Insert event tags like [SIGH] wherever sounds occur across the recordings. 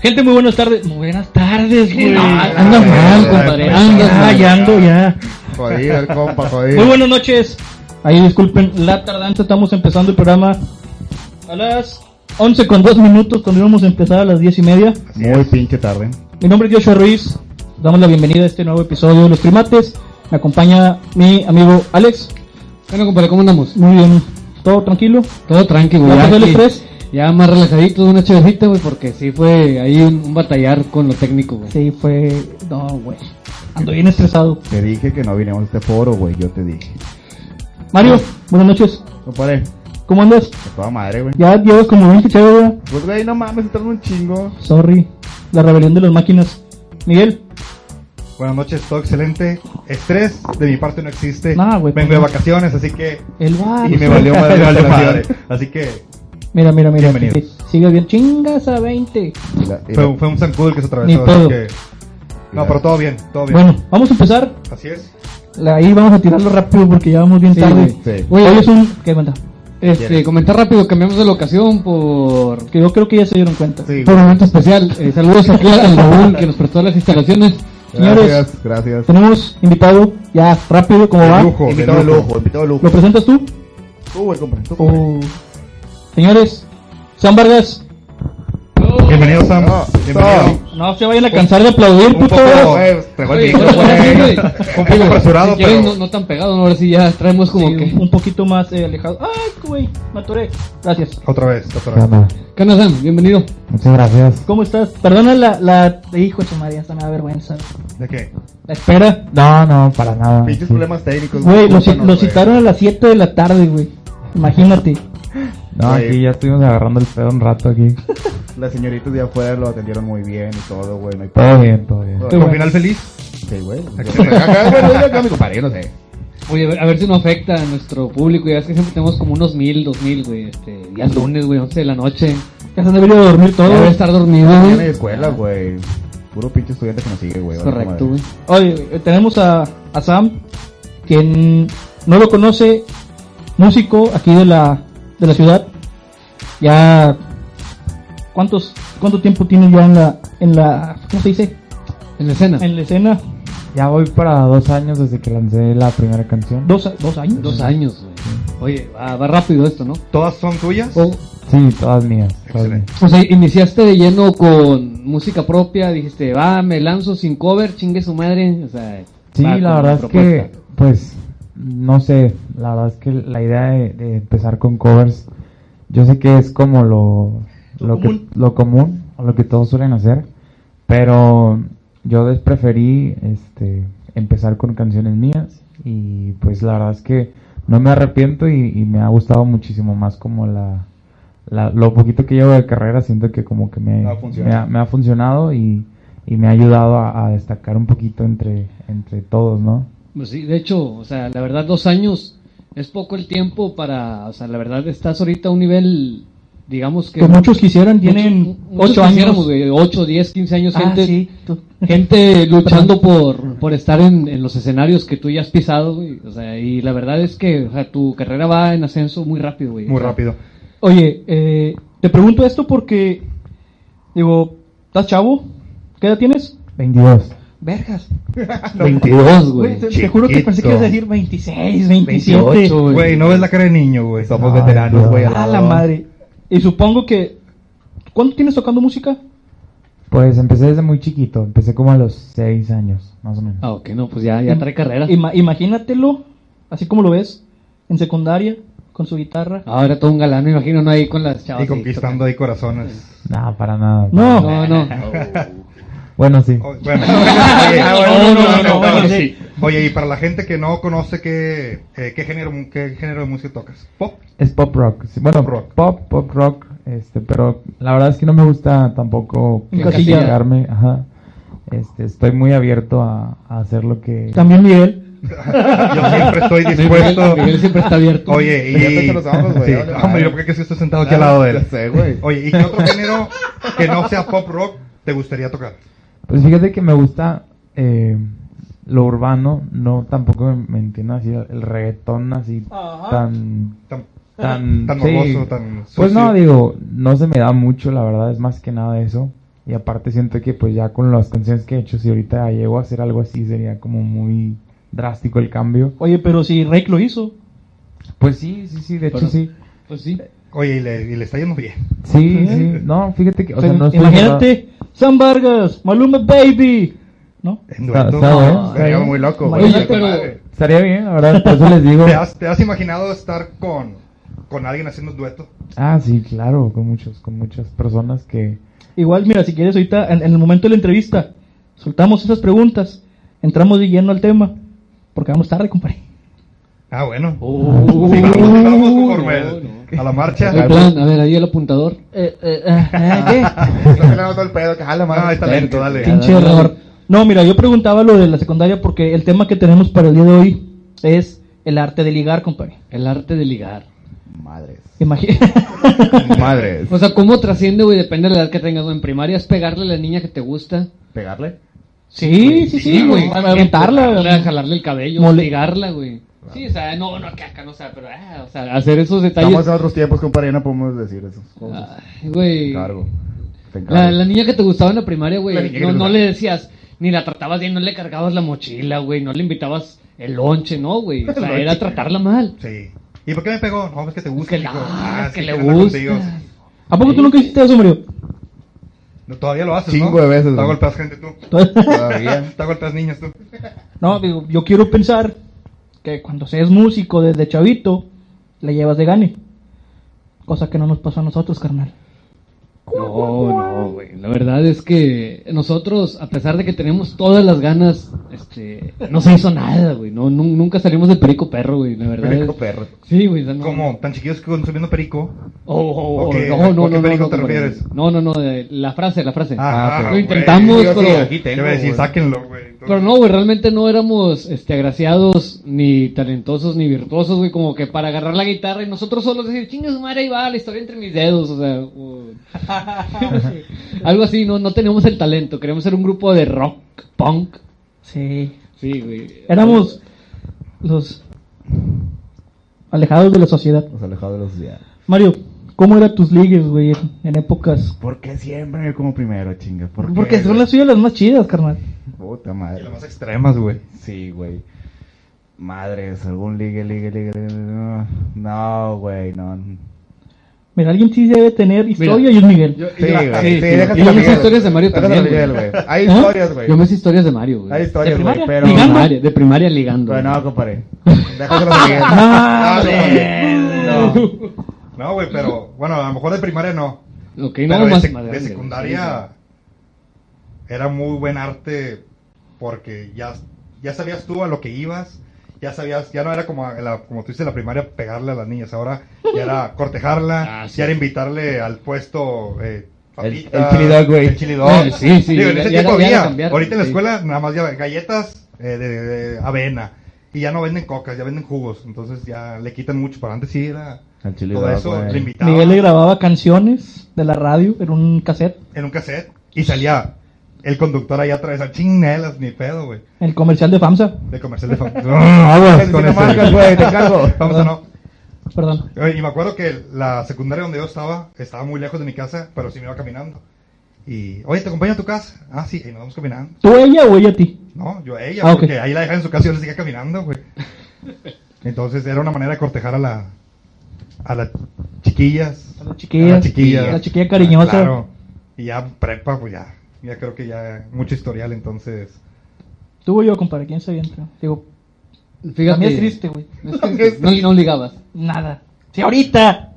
Gente, muy buenas tardes. Muy buenas tardes, güey. anda mal, compadre. compadre. Andas Ah, mal. ya ando, ya. Jodido el compa, Muy jodido. buenas noches. Ahí disculpen la tardanza, estamos empezando el programa a las 11 con 2 minutos, cuando íbamos a empezar a las 10 y media. Muy pinche tarde. Mi nombre es Joshua Ruiz, damos la bienvenida a este nuevo episodio de Los Primates. Me acompaña mi amigo Alex. Bueno, compadre, ¿cómo andamos? Muy bien, todo tranquilo. Todo tranquilo, ¿Ya ya. pasó el aquí, estrés? Ya más relajadito, una chavecita, güey, porque sí fue ahí un, un batallar con lo técnico, güey. Sí, fue. No, güey. Ando bien estresado. Te dije que no vinimos a este foro, güey. Yo te dije. Mario, buenas noches. Compadre, de ¿Cómo andas? toda madre, güey. Ya llevas como 20 chévere, güey. Pues, güey, no mames, estás un chingo. Sorry, la rebelión de las máquinas. Miguel, Buenas noches, todo excelente. Estrés de mi parte no existe. Nah, güey, pues Vengo de no. vacaciones, así que. el Ah, bar. Y me valió madre. [LAUGHS] [LAUGHS] Me valió la madre. vacación. Así que Mira, mira, mira. Bienvenido. sigue- Sigue bien. Chingas a 20. Y la- y fue, la- un- fue un zancudo el que se Ni atravesó. así pedo. que- No, pero todo bien, todo bien. Bueno, vamos a empezar. Así es. La- Ahí vamos a tirarlo rápido porque ya vamos bien Sí, tarde. güey, sí. Oye, hoy es un... ¿Qué cuenta? Este, comentar rápido, cambiamos de locación por, Que yo creo que ya se dieron cuenta. Sí, por un momento especial. Eh, saludos aquí al Raúl que nos prestó las instalaciones. Señores, Gracias, gracias. tenemos invitado ya rápido, ¿cómo va? De lujo, invitado de lujo. lujo, invitado de lujo. Oh. ¿Lo presentas tú? Tú, güey, compadre. tú, compadre. O... Señores, San Vargas, Bienvenido, Sam. No, oh. Bienvenido. no se vayan a cansar de aplaudir, Un puto. poco. eh, traigo el Oye, micrófono, ahora sí, eh, güey. Un poco apresurado, Si quieres, no, pero. no tan pegado, ¿no? ahora sí ya traemos como Sí, que... un poquito más eh, alejado. ¡Ay, güey! Me atoré. Gracias. Otra vez, otra vez. Llama. Canazán, bienvenido. Muchas gracias. ¿Cómo estás? Perdona la... la... Hijo de su madre, hasta me da vergüenza. ¿De qué? La espera. No, no, para nada. Pinches problemas técnicos. Güey, lo, ci- Discúlpanos, lo güey. citaron a las 7 de la tarde, güey. Imagínate. No, aquí ya estuvimos agarrando el pedo un rato aquí. Las señoritas de afuera lo atendieron muy bien y todo, güey. No hay Todo bien, todo bien. ¿Con final feliz? Sí, güey. Acá, güey, yo acá, mi compadre, yo no sé. Oye, a ver, a ver si no afecta a nuestro público. Ya es que siempre tenemos como unos mil, dos mil, güey. Este, ya es lunes, güey, 11 de la noche. Ya se han debido dormir Ya debe todos. estar dormido, Tiene güey. escuela, güey. Puro pinche estudiante que nos sigue, güey. Es vale, correcto, madre. güey. Oye, güey, tenemos a, a Sam, quien no lo conoce, músico aquí de la, de la ciudad. Ya. ¿Cuántos, ¿Cuánto tiempo tiene ya en la, en la. ¿Cómo se dice? En la escena. En la escena. Ya voy para dos años desde que lancé la primera canción. ¿Dos, a- dos años? Dos años, güey. Oye, va, va rápido esto, ¿no? ¿Todas son tuyas? Oh. O, Sí, todas mías. todas Excelente. o sea, iniciaste de lleno con música propia. Dijiste, va, me lanzo sin cover, chingue su madre. O sea, Sí, va la con verdad es que, propuesta. pues, no sé, la verdad es que la idea de, de empezar con covers, yo sé que es como lo, lo, que, lo común, o lo que todos suelen hacer, pero yo des- preferí este, empezar con canciones mías y pues la verdad es que no me arrepiento y, y me ha gustado muchísimo más como la, la- lo poquito que llevo de carrera, siento que como que me, Ha me, funcionado. ha, me ha funcionado y, y me ha ayudado a, a destacar un poquito entre, entre todos, ¿no? Pues sí, de hecho, o sea, la verdad, dos años es poco el tiempo para. O sea, la verdad, estás ahorita a un nivel, digamos que. Que muchos quisieran, tienen Muchos- muchos ocho años. Eh, quisiéramos, güey, Ocho, diez, quince años, Ah, gente. sí, [LAUGHS] tú. Gente luchando por, por estar en, en los escenarios que tú ya has pisado, güey. O sea, y la verdad es que o sea, tu carrera va en ascenso muy rápido, güey. Muy O sea, rápido. Oye, eh, te pregunto esto porque, digo, ¿estás chavo? ¿Qué edad tienes? [LAUGHS] 22. Vergas. 22, Güey, te, te juro que pensé que ibas a decir 26, 27. 28, güey. Güey, no ves la cara de niño, güey. Somos Ay, veteranos, Dios. güey. A la madre. Y supongo que... ¿Cuánto tienes tocando música? Pues empecé desde muy chiquito, empecé como a los 6 años, más o menos. Ah, ok, no, pues ya, ya trae carrera. Ima- imagínatelo, así como lo ves, en secundaria, con su guitarra. Ahora todo un galán, me imagino, no ahí con las chavas. Y conquistando ahí corazones. [LAUGHS] Nada, para nada. No, No, no. Bueno, sí. Oh, O- [LAUGHS] Bueno. Oye, Ah, bueno, no, no, no, no, no, bueno, no. sí. Oye, y para la gente que no conoce qué, eh, qué género qué género de música tocas. Pop. Es pop rock. Sí, Bueno, Pop rock. pop, pop rock, este, pero la verdad es que no me gusta tampoco Encasillar. encasillarme, ajá. Este, estoy muy abierto a, a hacer lo que También Miguel. Yo siempre estoy dispuesto. [LAUGHS] Miguel, Miguel siempre está abierto. [LAUGHS] Oye, y Ya te los ojos, güey, [LAUGHS] sí. vale, Hombre, madre. yo creo que sí estoy sentado aquí al lado de él. Ya sé, güey. Oye, ¿y qué otro género que no sea pop rock te gustaría tocar? Pues fíjate que me gusta eh, lo urbano, no tampoco me, me entiendo así el reggaetón así Ajá. tan Tan- tan [LAUGHS] Tan sí. morboso, tan Pues sucio. no, digo, no se me da mucho, la verdad es más que nada eso. Y aparte siento que pues ya con las canciones que he hecho, si ahorita llego a hacer algo así sería como muy drástico el cambio. Oye, pero si Rake lo hizo. Pues sí, sí, sí, de hecho Pero- sí. Pues sí. Oye, y le, y le está yendo bien. Sí, sí, no, fíjate que, o sea, Pero no estoy imagínate, San Vargas, Maluma Baby. ¿No? En dueto. Está- está No, bien. sería muy loco, Oye, güey. Oye, pero Estaría bien, la verdad, por eso les digo. [LAUGHS] ¿Te has, te has imaginado estar con, con alguien haciendo un dueto? Ah, sí, claro, con muchos, con muchas personas que... Igual, mira, si quieres ahorita, en, en el momento de la entrevista, soltamos esas preguntas, entramos de lleno al tema, porque vamos tarde, compadre. Ah, bueno. Oh. Sí, vamos, vamos conforme No, no. a [LAUGHS] la marcha. El plan, a ver, ahí el apuntador. Eh, eh, eh, ¿Qué? No se le nota el pedo, que jala, Ah, madre. está lento, dale. [LAUGHS] Pinche error. No, mira, yo preguntaba lo de la secundaria porque el tema que tenemos para el día de hoy es el arte de ligar, compadre. El arte de ligar. Madres. Imagínate. Madres. O sea, ¿cómo trasciende, güey? Depende de la edad que tengas, güey. En primaria es pegarle a la niña que te gusta. ¿Pegarle? [LAUGHS] sí, sí, sí, güey. Para Aventarla. jalarle el cabello, Mole- ligarla, güey. Sí, o sea, no, no, caca, no, o sea, pero, ah, o sea, hacer esos detalles. Estamos en otros tiempos, compadre, ya no podemos decir eso. Ay, güey. Cargo. Te La, encargo. la niña que te gustaba en la primaria, La güey, niña que no, te no gustaba. le decías, ni la tratabas bien, no le cargabas la mochila, güey, no le invitabas el lonche, no, [LAUGHS] güey. O El sea, lonche. era tratarla mal. Sí. ¿Y por qué me pegó? No, es que te gusta. Que hijo. la- Ah, que sí, le anda gusta. contigo. ¿A poco tú nunca hiciste eso, [LAUGHS] Mario? No, todavía lo haces, Chingo ¿no? de veces, Te güey. golpeas gente tú. Todavía. Te golpeas niños tú. No, digo, yo quiero pensar que cuando seas músico desde chavito, le llevas de gane. Cosa que no nos pasó a nosotros, carnal. No, no, güey. La verdad es que nosotros, a pesar de que tenemos todas las ganas, este, no se hizo nada, güey. No, nun- nunca salimos del perico perro, güey. La verdad. Perico es- perro. Sí, güey. o sea, no- Como tan chiquillos que consumiendo perico. Oh, oh, oh, ¿O qué- no, o no, qué no, no, perico no, te compadre. refieres? no, no, no, eh, la frase, la frase. Ah, lo güey. intentamos, Yo sí, pero, aquí tengo, Te voy a decir, güey. sáquenlo, güey. Entonces, pero no, güey, realmente no éramos, este, agraciados, ni talentosos, ni virtuosos, güey, como que para agarrar la guitarra y nosotros solos decir, chinga su madre, ahí va la historia entre mis dedos, o sea, o- algo así, no, no tenemos el talento, queremos ser un grupo de rock, punk, Sí. sí, güey. Éramos los alejados de la sociedad. Nos alejado de la sociedad. Mario, ¿cómo eran tus ligues, güey, en- en épocas? ¿Por qué siempre yo como primero, chinga? ¿Por qué, Porque son güey? las suyas las más chidas, carnal. Puta Y madre. las más extremas, güey. Sí, güey. Madres, algún ligue, ligue, ligue, ligue, ligue. No, güey, no. Mira, alguien sí debe tener historia y es Miguel. Sí, güey. Sí, sí, déjate yo a me sé Miguel. historias de Mario Déjate a también, Miguel, güey. güey. Hay ¿Ah? historias, güey. Yo me hice historias de Mario, güey. Hay historias, ¿De güey, primaria? pero... De primaria, de primaria ligando. Pero güey. [LAUGHS] no, compadre. Déjaselo a Miguel. Ah, No, no. No, güey, pero bueno, a lo mejor de primaria no. Ok, no, pero de más, sec- más de, grande, güey. secundaria era muy buen arte porque ya, ya sabías tú a lo que ibas, ya sabías, ya no era como, a la- como tú dices, la primaria pegarle a las niñas, ahora ya era cortejarla, Ah, sí. ya era invitarle al puesto... Eh, El- papitas, el chili dog, güey. El chili dog. Eh, [LAUGHS] sí, sí, Digo, en ya- ese ya era- tiempo ya era había, cambiar, ahorita en la sí. escuela nada más ya galletas eh, de, de- de avena. Y ya no venden cocas, ya venden jugos. Entonces ya le quitan mucho. Pero antes sí era Al chile todo dog, eso. güey. Le invitaban Miguel le grababa canciones de la radio en un cassette. en un cassette y salía el conductor allá atravesar chingadelas, ni pedo, güey. El comercial de FAMSA. De comercial de fam- No, aguas con Te eso, marcas, güey, te cargo. Vamos a no. Perdón. Oye, Y me acuerdo que la secundaria donde yo estaba, estaba muy lejos de mi casa, pero sí me iba caminando. Y, oye, ¿te acompaño a tu casa? Ah, sí, y nos vamos caminando. ¿Tú a ella o ella a ti? No, yo a ella, Ah, ok. porque ahí la dejé en su casa y yo le seguía caminando, güey. Entonces era una manera de cortejar a la a las chiquillas. A la chiquilla. A la chiquilla. A la chiquilla cariñosa. Claro. Y ya prepa, pues ya. Ya creo que ya mucho historial, entonces. Tú o yo, compadre, quién se entra. Digo, Fíjate, también es [LAUGHS] [LAUGHS] triste, güey. es que no, no ligabas. Nada. Sí, ahorita.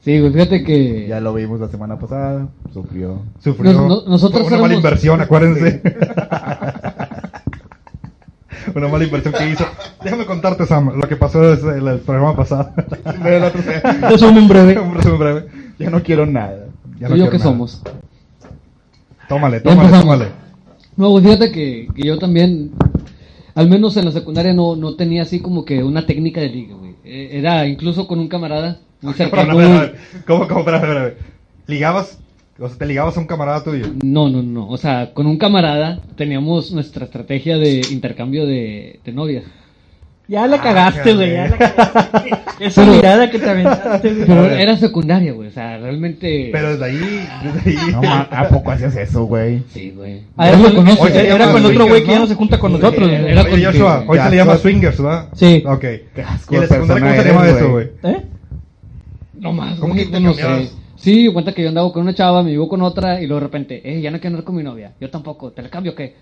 Sí, güey, fíjate que. Ya lo vimos la semana pasada, sufrió. Sufrió. Nos- no- nosotros Fue una mala éramos- inversión, acuérdense. [LAUGHS] una mala inversión que hizo. Déjame contarte, Sam, lo que pasó desde el, el programa pasado. Ve el otro- Eso es un breve. [LAUGHS] Un resumen breve. Ya no quiero nada. Ya ¿Tú no y yo quiero qué nada. somos? Tómale, Ya tómale, empezamos. tómale. No, güey, fíjate que, que yo también, al menos en la secundaria no, no tenía así como que una técnica de ligue, güey. Eh, Era incluso con un camarada muy Pero, cercano. no, espera, espera. ¿Cómo, cómo, espera, espera, espera. Ligabas, o sea, te ligabas a un camarada tuyo. No, no, no. O sea, con un camarada teníamos nuestra estrategia de intercambio de, de [LAUGHS] novias. Ya la cagaste, güey. Ya la cagaste. Esa Pero- mirada que te aventaste, güey. Pero era secundaria, güey. O sea, realmente. Ah, Pero desde ahí, desde ahí. No, ma- ¿A poco hacías eso, güey? Sí, güey. Ah, era con- Oye, oye, era con el otro güey que ya no se junta con nosotros. Era- güey. era Oye, Joshua, hoy Ya, te le tú- llamas swingers, ¿verdad? Sí. asco Ok. ¿Y en de la secundaria cómo persona se llama eres, eso, güey? güey? ¿Eh? No más, ¿Cómo güey, que pues, te no sé. cambiabas? Sí, cuenta que yo andaba con una chava, me vivo con otra y luego de repente, eh, ya no quiero andar con mi novia, yo tampoco, ¿te la cambio o qué?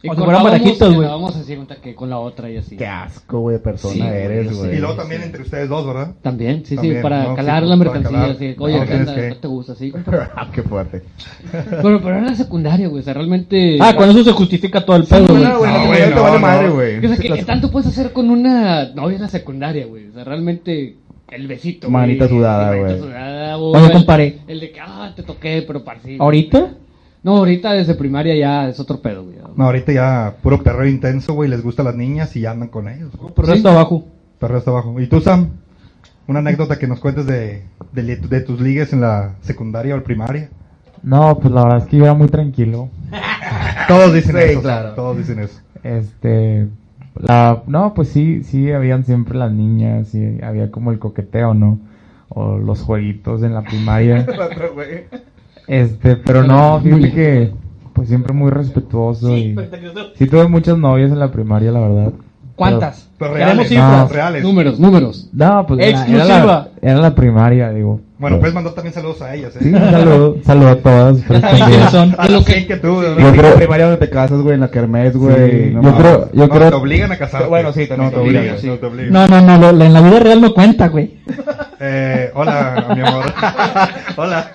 O si fueran cortábamos barajitas, y güey. andábamos así, cuenta que con la otra y así. Qué asco, güey, de persona Sí, güey, eres, sí. güey. Y luego también entre ustedes dos, ¿verdad? También, sí, También, sí, para ¿no? calar Sí, la para mercancía, calar. así, oye, No, ¿qué tienes onda? que- ¿No te gusta, sí? [LAUGHS] [LAUGHS] Ah, Qué fuerte. Pero, pero era la secundaria, güey, o sea, realmente... Ah, con eso se justifica todo el pedo, güey. No, güey, la No, güey, secundaria te no, vale no. madre, O sea, ¿qué, güey. qué tanto puedes hacer con una novia en la secundaria, güey? O sea, realmente... El besito, güey. Manita sudada, manita güey. sudada, güey. Oye, el- compadre. El de que, ah, te toqué, pero parcí. ¿Ahorita? No, ahorita desde primaria ya es otro pedo, güey. No, ahorita ya puro perreo intenso, güey, les gustan las niñas y ya andan con ellos. güey. Por resto abajo. Perreo hasta abajo. ¿Y tú, Sam? Una anécdota que nos cuentes de, de, li- de tus ligues en la secundaria o primaria. No, pues la verdad es que yo era muy tranquilo. Todos dicen Sí, eso, Sam, claro. todos dicen eso. Este, la, no, pues sí, sí, habían siempre las niñas y había como el coqueteo, ¿no? O los jueguitos en la primaria. Este, pero no, fíjate que, pues siempre muy respetuoso y... Sí tuve muchas novias en la primaria, la verdad. ¿Cuántas? Pero Queremos reales, cifras. no, reales. Números, números. Pero- no, pues era- era, Exclusiva. la, era la primaria, digo. Bueno, puedes mandar también saludos a ellas, ¿eh? Sí, un saludo, un saludo a [LAUGHS] todas. saben pero también- quiénes Ah, son. A lo que, que tú, ¿verdad? Yo Yo creo- creo primaria donde te casas, güey, en la kermés, güey. Sí, no yo mames. creo, yo no, creo, te obligan a casarte. Bueno, sí, también no, te te obligan, obligan. sí. No, te obligan. No, no, no, lo- la- en la vida real no cuenta, güey. Eh, hola, mi amor. [LAUGHS] hola.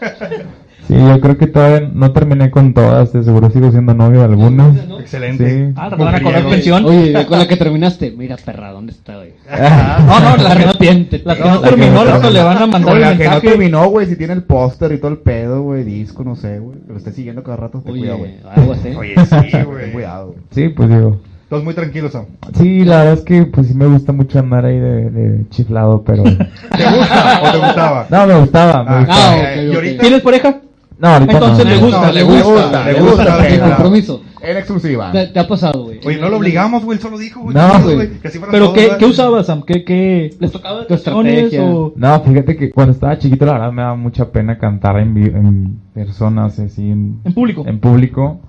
sí, yo creo que todavía no terminé con todas, de seguro sigo siendo novio de algunas. Excelente. Sí. Ah, [LAUGHS] te van a cobrar Mujeriego. pensión. Oye, con la que terminaste. Mira, perra, ¿dónde está, güey? [LAUGHS] No, no, las que no Arrepiéntete. las que no La que terminó, no al rato terminó. le van a mandar O el la que no mensaje. terminó, güey, si tiene el póster y todo el pedo, güey, disco, no sé, güey. Lo esté siguiendo cada rato, te Oye, cuidado, güey. aguas, eh. Oye, sí, Ten güey. cuidado, güey. Sí, pues digo. Todos muy tranquilos, Sam. Sí, la verdad es que pues sí me gusta mucho andar ahí de, de chiflado, [LAUGHS] pero... No, ¿Te gusta o te [LAUGHS] gustaba? me gustaba, me Ah, gustaba. Ah, eh, ok, ok. y ahorita ¿Tienes pareja? No, ahorita Entonces no. le gusta, No, le le gusta. Ah, gusta, le gusta, gusta. sí, sí, Sin claro. compromiso. En exclusiva. Te, te ha pasado, güey. Oye, no lo obligamos, güey, él solo dijo, güey. No, Nosotros, güey. que así fueran ¿Pero todos, qué, ¿verdad? qué usabas, Sam? ¿Qué, qué... ¿Les tocaba Tu estrategia. o...? No, fíjate que cuando estaba chiquito la verdad me daba mucha pena cantar en, vi- en personas, así en, En público. en público.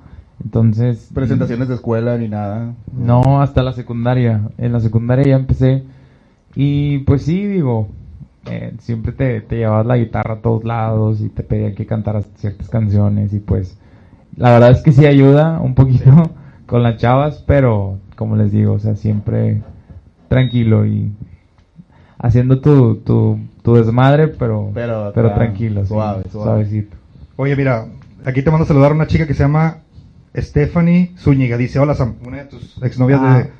Entonces... Presentaciones de escuela ni nada. No, hasta la secundaria. En la secundaria ya empecé. Y pues sí, digo, eh, siempre te, te llevabas la guitarra a todos lados y te pedían que cantaras ciertas canciones y pues la verdad es que sí ayuda un poquito [LAUGHS] con las chavas, pero como les digo, o sea, siempre tranquilo y haciendo tu, tu, tu desmadre, pero, Pero, pero, ah, tranquilo, sí, suave, suave. suavecito. Oye, mira, aquí te mando a saludar a una chica que se llama Stephanie Zúñiga. Dice, hola, Sam, una de tus exnovias Ah. de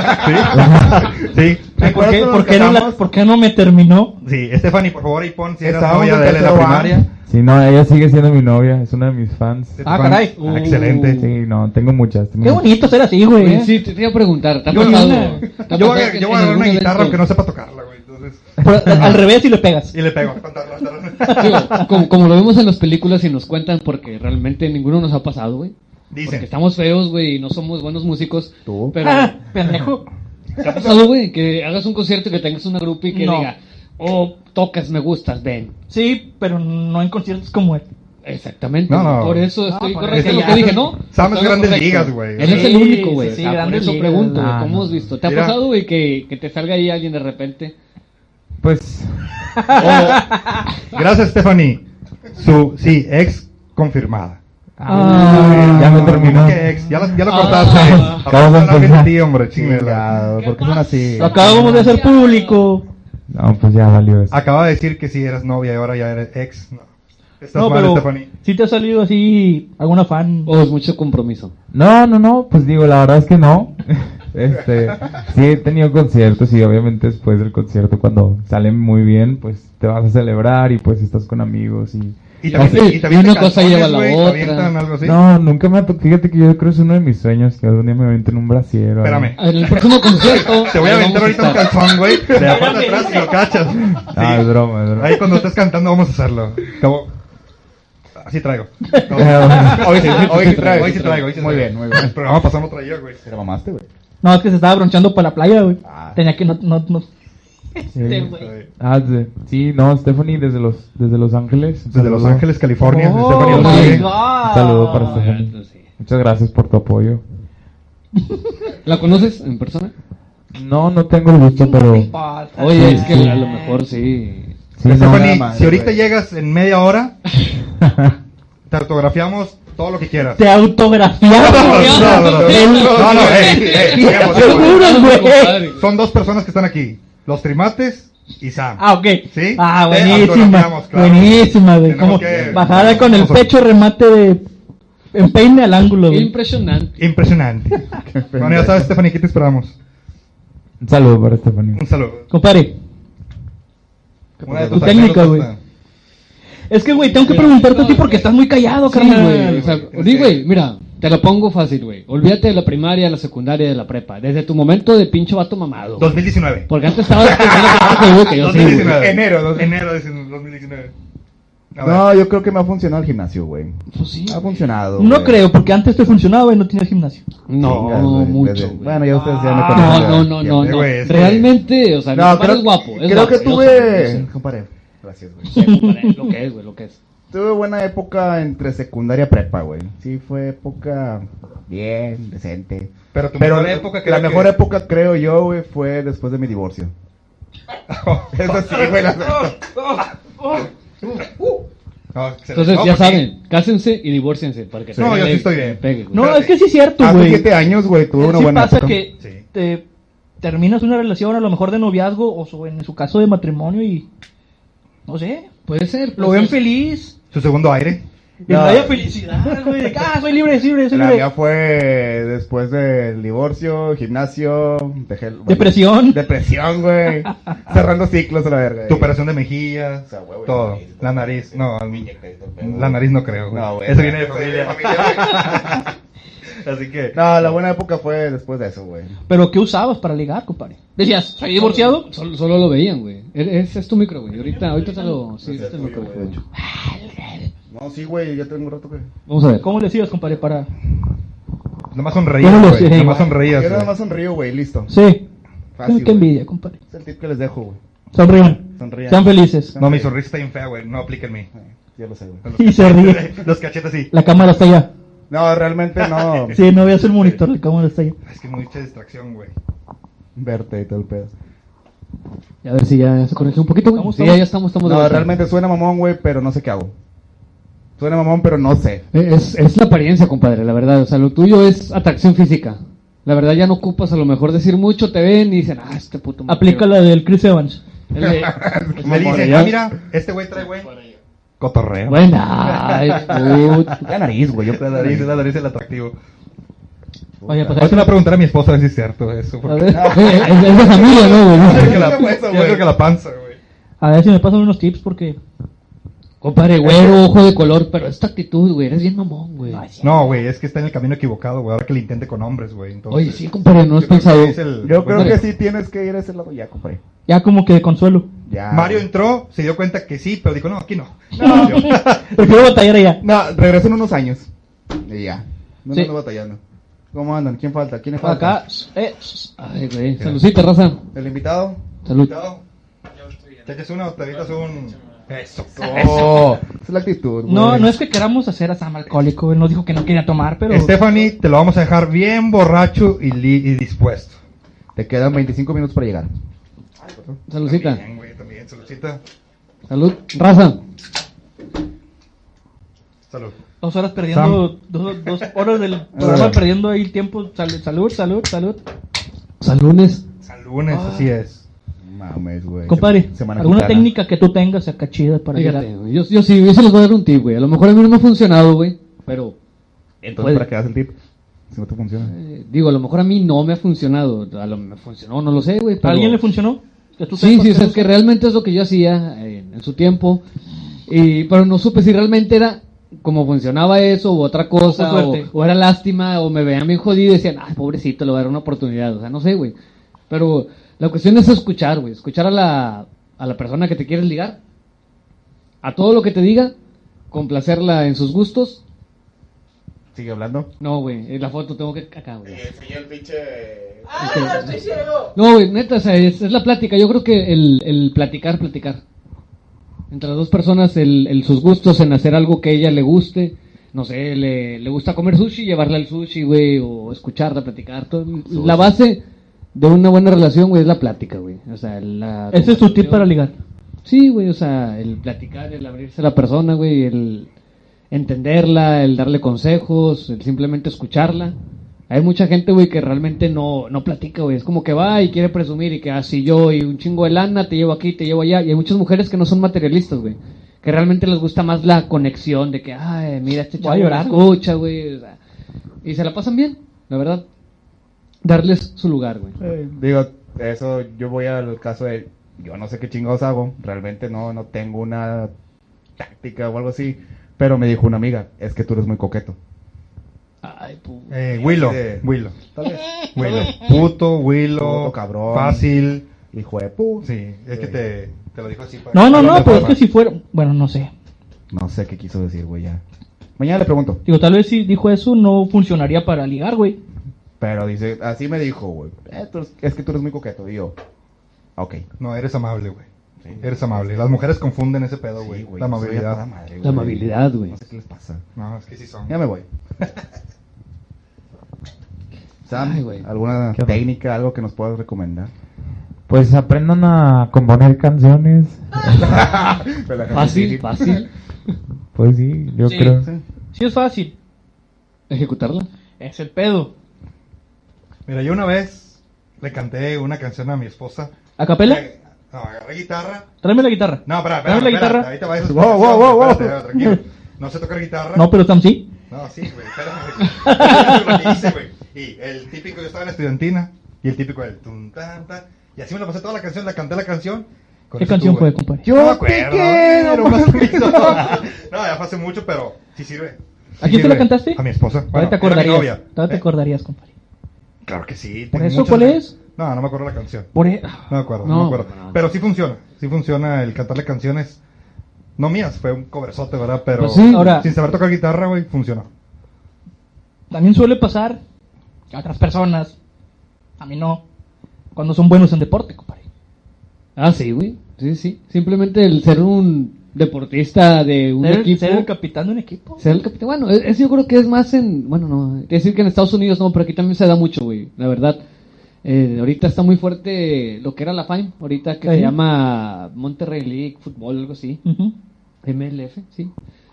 primaria. ¿Sí? sí. ¿Te ¿Por acuerdas qué, cuando por nos qué no la- casamos? por qué no me terminó? Sí, Stephanie, por favor, y pon si eras Estábamos novia en de él en la tercero primaria. Sí, no, ella sigue siendo mi novia, es una de mis fans. Ah, Fan- caray. Ah, Excelente. Sí, no, tengo muchas. tengo Qué muchas. bonito ser así, güey. ¿eh? Oye, sí, te te iba a preguntar. ¿Te ha ¿eh? Yo, no. pasado? ¿Te ha Yo pasado voy a, que yo en voy a agarrar algún una evento- guitarra aunque no sepa tocarla, güey. Entonces, Pero [LAUGHS] al revés y le pegas. y le pego. Tan, tan, tan, tan. Digo, como, como lo vemos en las películas y nos cuentan porque realmente ninguno nos ha pasado, güey. Porque Dicen. estamos feos, güey, y no somos buenos músicos. Tú. Pero... Ah, pendejo. ¿Te ha pasado, güey? Que hagas un concierto y que tengas una grupa y que No. diga, oh, tocas, me gustas, ven. Sí, pero no en conciertos como este. Exactamente. No, no. Por eso estoy por eso correcto en lo ya. que dije, ¿no? Sam es Estaba grandes correcto. ligas, güey. Él es Sí, el único, güey. sí, Sí, sí, grandes Por eso ligas. pregunto, güey, Ah, ¿cómo no. has visto? ¿Te ha Mira. pasado, güey, que, que te salga ahí alguien de repente? Pues Eh, Gracias, Stephanie. Su, sí, ex confirmada. Ah, ya me ¿Cómo terminó. que ex? Ya lo, ya lo Ah. cortaste. Vamos a Hablar bien de empezar. ti, hombre, chingada. Chingado, ¿por qué son así? Lo acabamos de hacer público. No, pues ya valió eso. Acaba de decir que si eras novia y ahora ya eres ex. No. Estás No, mal, pero Stephanie. si te ha salido así alguna fan. O es mucho compromiso. No, no, no, pues digo, la verdad es que no. [LAUGHS] Este, sí he tenido conciertos y obviamente después del concierto cuando salen muy bien, pues te vas a celebrar y pues estás con amigos y Y también, Sí, y también y una te cosa lleva a la güey, te otra. avientan algo así. No, nunca me ha tocado. Fíjate que yo creo que es uno de mis sueños que algún día me aventen un brasier. o algo. Espérame. En el próximo concierto. Te voy a ahí aventar vamos ahorita un estar. [LAUGHS] calzón, güey. Te la parte atrás y lo cachas. Ah, es Sí. broma, es broma. [LAUGHS] Ahí cuando estés cantando vamos a hacerlo. Como- Así traigo. No. Ah, Hoy sí, hoy sí traigo, hoy sí traigo. hoy sí Muy traigo. bien, muy bien. El programa pasado no traía, güey. Te la mamaste, güey. No, es que se estaba bronchando para la playa, güey. Ah. Tenía que no, no, no. Sí. Este, güey. Ah, sí. Sí, no, Stephanie desde los desde Los Ángeles. Desde Los Saludo. Ángeles, California. Oh, Stephanie my Rodríguez. God. Un saludo para Stephanie. Ah, sí. Muchas gracias por tu apoyo. ¿La conoces en persona? No, no tengo el gusto, pero Oye, es que a lo mejor sí. sí, no. Stephanie, nada más, si ahorita güey. llegas en media hora, te autografiamos todo lo que quieras. Te autografiaron. [LAUGHS] No, no, no, no, no, ey, ey, digamos, Te juro, güey. Compadre. Son dos personas que están aquí. Los primates y Sam. Ah, ok. Sí. Ah, Te buenísima. autografiamos, claro. Buenísima, güey. Tenemos Como que- bajada con el Vamos a- pecho, remate de empeine al ángulo, güey. Impresionante. Impresionante. bueno, ya sabes, Stephanie, ¿qué te esperamos? [LAUGHS] Un saludo para Stephanie. Un saludo. Compadre, Una de Tu tus técnica, güey. anécdotas. es que, güey, tengo que preguntarte a ti porque estás muy callado, carnal, Sí, güey. o sea, güey. di, güey, mira, te lo pongo fácil, güey. Olvídate de la primaria, de la secundaria, de la prepa. Desde tu momento de pincho vato mamado. 2019. Porque antes estaba seguro que Pues, yo sí, güey. 2019. Enero, dos- Enero de 2019. A ver. No, yo creo que me ha funcionado el gimnasio, güey. Pues sí. Ha funcionado. No güey. creo, porque antes te funcionaba y no tenías gimnasio. No, Chingas, güey, mucho, desde- güey. Ah, Bueno, ya ustedes ya me No, conocen. no, no, no, Eh, no. güey, es que- Realmente, o sea, mi No, compadre creo, es guapo. Es creo guapo, que yo sé, tuve... yo Compadre, gracias, güey. [LAUGHS] sé, compadre, Lo que es, güey, lo que es. Tuve buena época entre secundaria y prepa, güey. Sí, fue época bien, decente. Pero tu Pero mejor la, época época que la mejor época, creo yo, güey, fue después de mi divorcio. Eso sí, güey. la neta. Entonces, ya saben, cásense y divórciense. Para que No, yo sí estoy bien. pegue, güey. No, Espérate. es que sí es cierto, Hace güey. siete años, güey, tuve una sí buena pasa época. que Sí. te terminas una relación, a lo mejor de noviazgo, o su- en su caso de matrimonio, y no sé, Puede ser. lo puede ven ser. feliz. Su segundo aire. Y No. vaya felicidad, güey. de que, Ah, soy libre, soy libre, soy La libre. mía fue después del divorcio, gimnasio, dejé el- Depresión. Depresión, [LAUGHS] güey. Cerrando ciclos a la verga. Tu operación de mejillas. O sea, güey, güey, todo. la nariz, La nariz. No, la nariz no creo. güey. No, güey. Eso viene de familia. [LAUGHS] Así que. No, la buena época fue después de eso, güey. Pero ¿qué usabas para ligar, compadre? Decías, soy divorciado. Solo, solo lo veían, güey. E, Ese es tu micro, güey. Ahorita, ahorita te lo. Sí, este es el micro, güey. No, sí, güey, ya tengo un rato, güey. Vamos a ver. ¿Cómo le hacías, compadre, para...? Nomás sonreías. Yo no lo güey, sé, Nomás igual. sonreías. Yo nada güey. más sonrío, güey, listo. Sí. Fácil, qué güey. envidia, compadre. Es el tip que les dejo, güey. Sonrían. Sonrían. Sean felices. No, mi sonrisa está bien fea, güey. No aplica en mí. Ya lo sé, güey. Y se ríe. Los cachetes sí. La cámara está allá. No, realmente no. Sí, no veas el monitor, la cámara está allá. Es que mucha distracción, güey. Verte y todo el pedo. A ver si ya se corrigió un poquito, güey. Estamos, Sí, estamos. ya, ya estamos, estamos. de No, vuelta. realmente suena mamón, güey, pero no sé qué hago. Suena mamón, pero no sé. Eh, Es, es la apariencia, compadre, la verdad. O sea, lo tuyo es atracción física. La verdad, ya no ocupas a lo mejor decir mucho, te ven y dicen, ah, este puto. me Aplica la del Chris Evans. quiero". Es de- [LAUGHS] Me dicen, ya. ah, mira, este güey trae, güey. Cotorreo. Buena, ay, puto. [LAUGHS] La nariz, güey. Yo creo La nariz, la nariz el atractivo. Oye, pues ahí Ahora se se la la... preguntar a mi esposa a ver si es cierto eso. A porque- ver, eh, [LAUGHS] es, es de familia, ¿no, [LAUGHS] Yo güey? creo que la- Eso, yo güey. creo que la panza, güey. A ver si me pasan unos tips porque... Compadre, güero, ojo de color, pero esta actitud, güey, eres bien mamón, güey. No, güey, es que está en el camino equivocado, güey. Ahora que le intente con hombres, güey. Entonces, Oye, sí, compadre, no has yo creo que pensado. es el- Yo creo Compadre. que sí tienes que ir a ese lado ya, compadre. Ya como que de consuelo. Ya. Mario entró, se dio cuenta que sí, pero dijo, no, aquí [LAUGHS] no. No, yo- Prefiero batallar allá. no, regreso en unos años. Y ya. No Sí. ando batallando. ¿Cómo andan? ¿Quién falta? ¿Quién le falta? Acá... eh, Ay, güey. Saludcita, raza. ¿El invitado? Salud. Cuidado. Te echas una, te avientas un... Eso. Oh, esa es la actitud, güey. No, no es que queramos hacer a Sam alcohólico, él nos dijo que no quería tomar, pero... Stephanie, te lo vamos a dejar bien borracho y, li- y dispuesto. Te quedan 25 minutos para llegar. Saludcita. Bien, güey, también, saludcita. Salud. Raza. Salud. Dos horas perdiendo, dos, dos horas [LAUGHS] del programa perdiendo ahí el tiempo. Sal- salud, salud, salud. Salunes. Salunes, así es. mames, güey. Ah. Compadre, Semana alguna gitana. técnica que tú tengas acá chida para Fíjate, llegar. güey, yo, yo sí, yo se les voy a dar un tip, güey. A lo mejor a mí no me ha funcionado, güey. Pero, Entonces, Puede. ¿para qué das el tip? Si no te funciona. eh, digo, a lo mejor a mí no me ha funcionado. A lo me funcionó, no lo sé, güey. ¿A pero- alguien le funcionó? ¿Que tú Sí, sepas sí, o sea, no- es que realmente es lo que yo hacía eh, en, su tiempo. Y, pero no supe si realmente era como funcionaba eso o otra cosa Ojo, o, suerte. o era lástima o me veían bien jodido y decían, ay, pobrecito, le voy a dar una oportunidad. O sea, no sé, güey. Pero la cuestión es escuchar, güey. Escuchar a la, a la persona que te quieres ligar. A todo lo que te diga. Complacerla en sus gustos. Sigue hablando. No, güey. eh, La foto tengo que... Acá, güey. Este, enseñó el pinche. No, güey, neta, o sea, es, es la plática. Yo creo que el, el platicar, platicar. Entre las dos personas, el, el sus gustos en hacer algo que a ella le guste. No sé, le, le gusta comer sushi, llevarla al sushi, güey, o escucharla, platicar. todo. La base de una buena relación, güey, es la plática, güey. O sea, la... Ese es tu tip para ligar. Sí, güey, o sea, el platicar, el abrirse a la persona, güey, el entenderla, el darle consejos, el simplemente escucharla. Hay mucha gente, güey, que realmente no, no platica, güey. Es como que va y quiere presumir y que así yo y un chingo de lana, te llevo aquí, te llevo allá. Y hay muchas mujeres que no son materialistas, güey. Que realmente les gusta más la conexión de que, ay, mira, este Voy a chavo me llorar. escucha, güey. o sea, y se la pasan bien, la verdad. Darles su lugar, güey. Eh. Digo, eso yo voy al caso de. Yo no sé qué chingados hago. Realmente no, no tengo una táctica o algo así. Pero me dijo una amiga: Es que tú eres muy coqueto. Ay, pu- Eh, Willow, Sí. Willow. Tal vez. [LAUGHS] Willow. Puto, Willow. Puto, cabrón. Fácil. Hijo de "Eh, pu. Sí, es que te, te lo dijo así. para- No, no, no, pues, para- pero es que si fuera. Bueno, no sé. No sé qué quiso decir, güey, ya. Mañana le pregunto. Digo, tal vez si dijo eso, no funcionaría para ligar, güey. Pero dice, así me dijo, güey. "Eh, tú eres- es que tú eres muy coqueto. Y yo, ok. No, eres amable, güey. Eres amable. Las mujeres confunden ese pedo, Sí, güey. güey, la yo soy a toda amabilidad. madre, güey. La amabilidad, güey. No sé qué les pasa. No, es que sí son. Ya me voy. Sam, Ay, güey. ¿alguna Qué técnica, algo que nos puedas recomendar? Pues aprendan a componer canciones. Ah, Fácil, fácil. [LAUGHS] Pues sí, yo Sí. creo. Sí es fácil. Ejecutarla. Es el pedo. Mira, yo una vez le canté una canción a mi esposa. Eh, ¿A capela? No, agarré guitarra. Tráeme la guitarra. No, espera, espera. Dame la espera, guitarra. Ahorita va a Wow, wow, wow, wow. Espérate, tranquilo. No sé tocar guitarra. No, pero Sam sí. No, sí, güey, espérame, güey. Lo que hice, güey. Y el típico, yo estaba en la estudiantina, y el típico del tum, tan, tan. Y así me la pasé toda la canción, la canté la canción. Con ¿Qué eso canción estuve. fue, compadre? No me acuerdo, pero más o menos. [LAUGHS] No, ya fue hace mucho, pero sí sirve. ¿A quién te sirve. la cantaste? A mi esposa. Todavía te era mi novia. acordarías. Todavía te Eh, acordarías, compadre. Claro que sí. ¿Por tengo eso muchas cuál de- es? No, no me acuerdo la canción. Por e- No me acuerdo, no, No, me acuerdo. no, no. Pero sí funciona, sí funciona el cantarle canciones. No mías, fue un coverzote, ¿verdad? Pero Pues sí, ahora- sin saber tocar guitarra, güey, funcionó. También suele pasar a otras personas. A mí no. Cuando son buenos en deporte, compadre. Ah, sí, güey. Sí, sí. Simplemente el ser un deportista de un Ser, el- equipo. ser el capitán de un equipo. ser el capitán. Bueno, e- eso yo creo que es más en. Bueno, no. Decir que en Estados Unidos no, pero aquí también se da mucho, güey. La verdad. Eh, ahorita está muy fuerte lo que era la FIME. Ahorita que se Sí. llama Monterrey League, fútbol, algo así. Ujú. MLF, sí.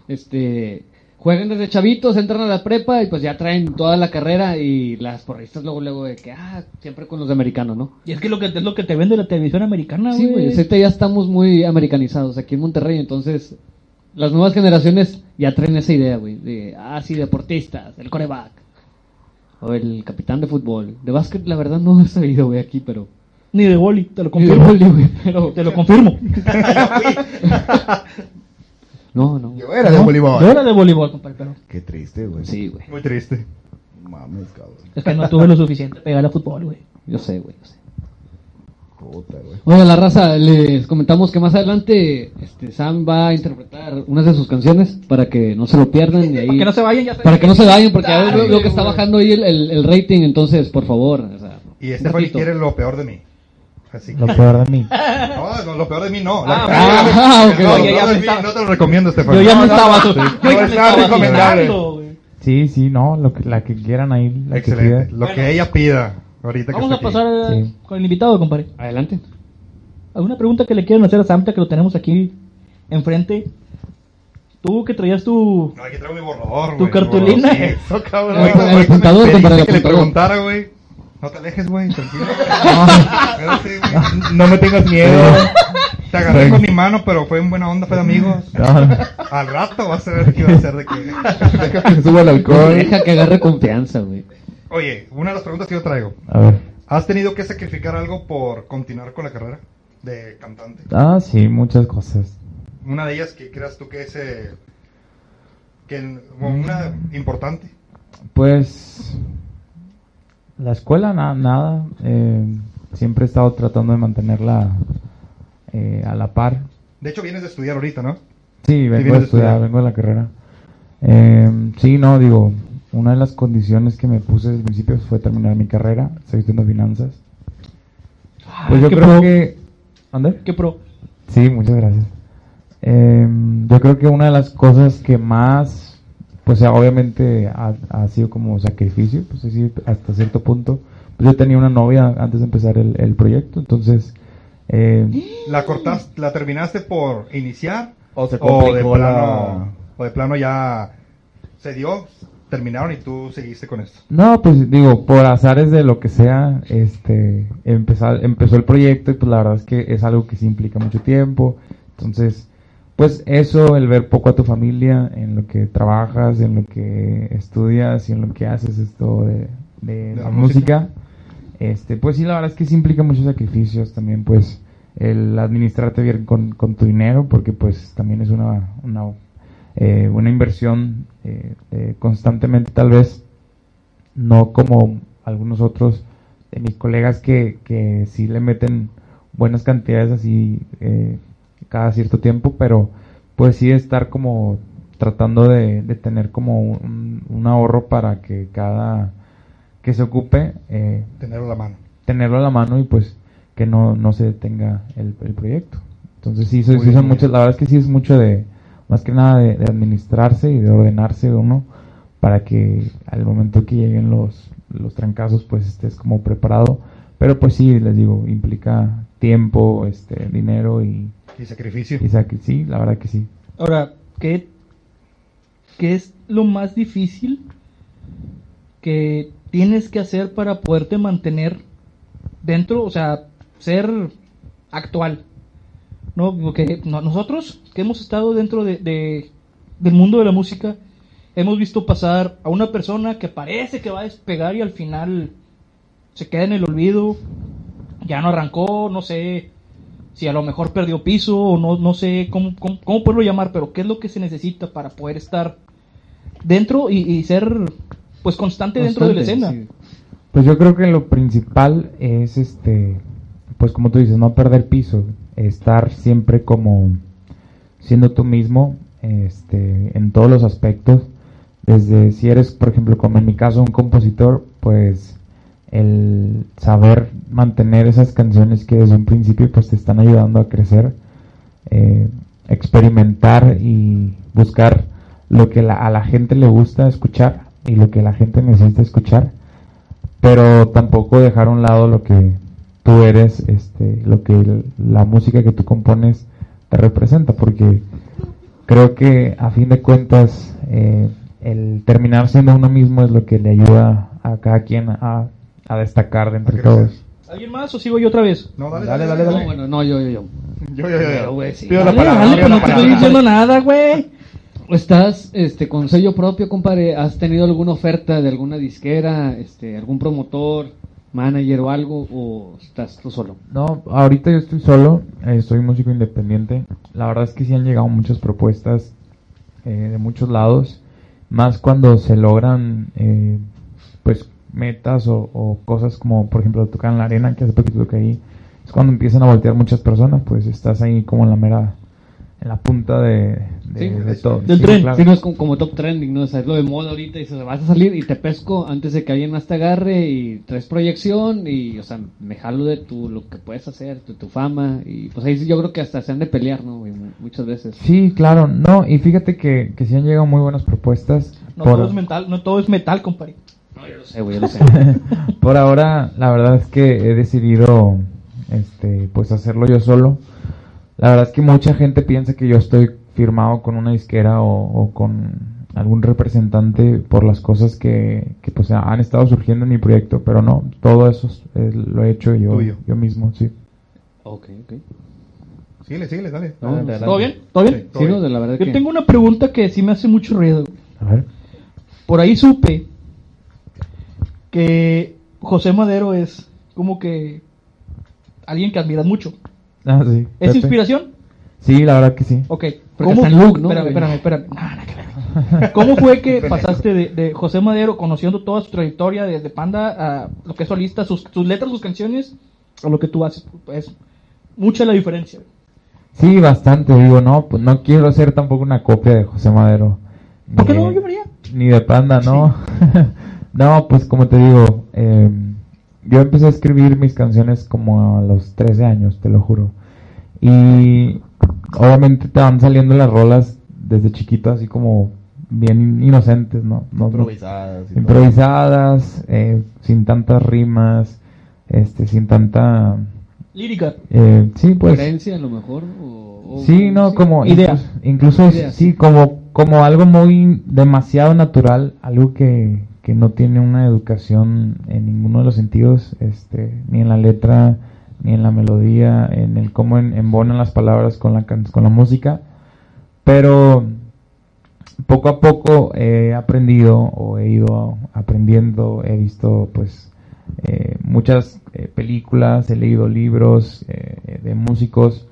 Este, juegan desde chavitos, entran a la prepa y pues ya traen toda la carrera y las porristas luego, luego de que, ah, siempre con los americanos, ¿no? Y es que, lo que es lo que te vende la televisión Ah, americana, Sí, güey, güey. o sea, ahorita ya estamos muy americanizados aquí en Monterrey, entonces las nuevas generaciones ya traen esa idea, güey, de, ah, sí, deportistas, el coreback, o el capitán de fútbol. De básquet, la verdad, no [LAUGHS] he sabido, güey, aquí, pero... Ni de boli, te lo Y de [LAUGHS] confirmo. vóley, güey, pero... Te lo confirmo. No, no. Yo era de No, voleibol. Yo era de voleibol, compadre, pero Qué triste, güey. Sí, güey, Muy triste. Mames, cabrón. es que no tuve lo suficiente pegar a fútbol, güey. yo sé, güey, yo sé. Puta, güey. Oiga, la raza, les comentamos que más adelante este, Sam va a interpretar unas de sus canciones para que no se lo pierdan. Y ahí, Para que no se vayan, ya saben. para que no se vayan, porque ya veo, Dale, veo que está bajando ahí el, el- el rating, entonces, por favor. o sea, este Y este un Stephanie ratito. quiere lo peor de mí. Así que. Lo peor de mí. No, no, lo peor de mí no. La- Ah, ok. no, lo ya- ya peor de me mí estaba- no te lo recomiendo, Yo Stephanie. ya No, me no, estaba no, yo no, ya me es estaba nada recomendable. asustando, güey. Sí, sí, no, lo que- la que quieran ahí, la que Excelente. pidan. Lo que ella pida ahorita que Vamos a está aquí. pasar eh, Sí. con el invitado, compadre. Adelante. ¿Alguna pregunta que le quieran hacer a Samta que lo tenemos aquí enfrente? Tú que traías tu... No, aquí traigo mi borrador, Tu güey, cartulina. mi borrador, sí, eso, cabrón. Para el Ahorita me apuntador, pediste para el que le apuntador. preguntara, güey. No te alejes, güey, [LAUGHS] tranquilo. [LAUGHS] Espérate, güey. No me tengas miedo. Te agarré con mi mano, pero fue en buena onda, fue de amigos. Al rato vas a ver qué iba a hacer de que. Deja [LAUGHS] que se suba el alcohol. Deja que agarre confianza, güey. [LAUGHS] Oye, una de las preguntas que yo traigo. A ver. ¿Has tenido que sacrificar algo por continuar con la carrera de cantante? Ah, sí, muchas cosas. Una de ellas que creas tú que es. eh, que en- como una Mm. importante. Pues la escuela na- nada, eh, siempre he estado tratando de mantenerla eh, a la par. De hecho, vienes de estudiar ahorita, ¿no? Sí, vengo vienes a de estudiar, estudiar. vengo de la carrera. Eh, sí, no, digo, una de las condiciones que me puse desde el principio fue terminar mi carrera, estoy estudiando finanzas. Pues yo Ah, qué creo pro. que... ¿Dónde? ¿Qué pro? Sí, muchas gracias. Eh, yo creo que una de las cosas que más, pues obviamente ha, ha sido como sacrificio, pues así, hasta cierto punto. Pues, yo tenía una novia antes de empezar el, el proyecto, entonces eh, ¿La cortaste, la terminaste por iniciar? O se O de, complicó la. plano, o de plano ya se dio, terminaron y tú seguiste con esto. no, pues digo por azares de lo que sea, este, empezar, empezó el proyecto y pues la verdad es que es algo que sí implica mucho tiempo, entonces pues eso, el ver poco a tu familia en lo que trabajas, en lo que estudias y en lo que haces esto de, de De la, la música. Este, pues sí, la verdad es que sí implica muchos sacrificios también, pues el administrarte bien con, con tu dinero, porque pues también es una, una, eh, una inversión eh, eh, constantemente, tal vez no como algunos otros de mis colegas que, que sí le meten buenas cantidades así eh, cada cierto tiempo, pero pues sí estar como tratando de, de tener como un, un ahorro para que cada que se ocupe eh, Tenerlo a la mano. tenerlo a la mano y pues que no, no se detenga el, el proyecto. Entonces sí, Muy sí bien. son muchas, la verdad es que sí es mucho de, más que nada de, de administrarse y de ordenarse uno para que al momento que lleguen los, los trancazos pues estés como preparado. Pero pues sí, les digo, implica tiempo, este, dinero y, Y sacrificio. y sacri- sí, la verdad que sí. Ahora, ¿qué, ¿qué es lo más difícil que tienes que hacer para poderte mantener dentro, o sea, ser actual? ¿No? Porque no- nosotros que hemos estado dentro de, de- del mundo de la música, hemos visto pasar a una persona que parece que va a despegar y al final se queda en el olvido, ya no arrancó, no sé, si a lo mejor perdió piso o no, no sé cómo, cómo, cómo poderlo llamar, pero qué es lo que se necesita para poder estar dentro y, y ser pues constante, dentro de la escena. Constante, sí. Pues yo creo que lo principal es este, pues como tú dices, no perder piso, estar siempre como siendo tú mismo, este, en todos los aspectos. Desde si eres, por ejemplo, como en mi caso, un compositor, pues el saber mantener esas canciones que desde un principio pues te están ayudando a crecer, eh, experimentar y buscar lo que la- a la gente le gusta escuchar y lo que la gente necesita escuchar pero tampoco dejar a un lado lo que tú eres, este, lo que el- la música que tú compones te representa, porque creo que a fin de cuentas eh, el terminar siendo uno mismo es lo que le ayuda a cada quien a, a destacar de entre A crecer. todos. ¿Alguien más o sigo yo otra vez? No, Dale, dale, dale. No, bueno, no, yo, yo, yo. Yo, yo, yo, yo. Pero, güey, sí. Pido la Dale, palabra. dale, pido pues la no te estoy palabra. diciendo nada, güey. ¿Estás este, con sello propio, compadre? ¿Has tenido alguna oferta de alguna disquera, este, algún promotor, manager o algo? ¿O estás tú solo? No, ahorita yo estoy solo, eh, soy músico independiente. La verdad es que sí han llegado muchas propuestas eh, de muchos lados, más cuando se logran eh, pues metas o, o cosas como por ejemplo tocar en la arena, que hace poquito toqué ahí, es cuando empiezan a voltear muchas personas, pues estás ahí como en la mera, en la punta de, de, Sí, de todo. del tren. claro. Sí, no es como, como top trending, ¿no? O sea, es lo de moda ahorita y se vas a salir y te pesco antes de que alguien más te agarre y traes proyección y, o sea, me jalo de tu, lo que puedes hacer, tu, tu fama y, pues ahí sí yo creo que hasta se han de pelear, ¿no? güey? Mu- muchas veces. Sí, claro, no, y fíjate que, que sí han llegado muy buenas propuestas. No por- todo es metal, no todo es metal, compadre. No, yo lo sé, güey, yo lo sé. Por ahora, la verdad es que he decidido este, pues hacerlo yo solo. La verdad es que mucha gente piensa que yo estoy firmado con una disquera o, o con algún representante por las cosas que, que, pues han estado surgiendo en mi proyecto, pero no, todo eso es- es- lo he hecho yo, Tuyo. yo mismo, sí. Ok, ok. Síguele, síguele, dale. No, pues, Adelante, adelante. ¿Todo bien? ¿Todo bien? Sí, Sí, no, de la verdad Yo que... tengo una pregunta que sí me hace mucho ruido. A ver. Por ahí supe que José Madero es como que alguien que admiras mucho. Ah, sí. ¿Es Pepe. inspiración? Sí, la verdad que sí. Ok. Porque está en Luke, ¿no? Espérame, espérame, espérame. [LAUGHS] No, no, que ver. ¿Cómo fue que pasaste de, de José Madero, conociendo toda su trayectoria desde Panda a lo que es solista, sus, sus letras, sus canciones, a lo que tú haces? Es mucha la diferencia. Sí, bastante, digo, no, pues no quiero hacer tampoco una copia de José Madero. ¿Por qué Ni- no yo María? Ni de panda, no. [LAUGHS] no, pues como te digo, eh, yo empecé a escribir mis canciones como a los 13 años, te lo juro. Y obviamente te van saliendo las rolas desde chiquito, así como bien inocentes, ¿no? No- no- Improvisadas. y todo. improvisadas, eh, sin tantas rimas, este, sin tanta... Lírica. eh, sí, pues... Coherencia, a lo mejor. O, o- Sí, no, como idea. incluso- Incluso, Idea, sí, como, como algo muy demasiado natural, algo que, que no tiene una educación en ninguno de los sentidos, este, ni en la letra, ni en la melodía, en el cómo en- embonan las palabras con la, can- con la música. Pero poco a poco he aprendido o he ido aprendiendo, he visto pues eh, muchas eh, películas, he leído libros eh, de músicos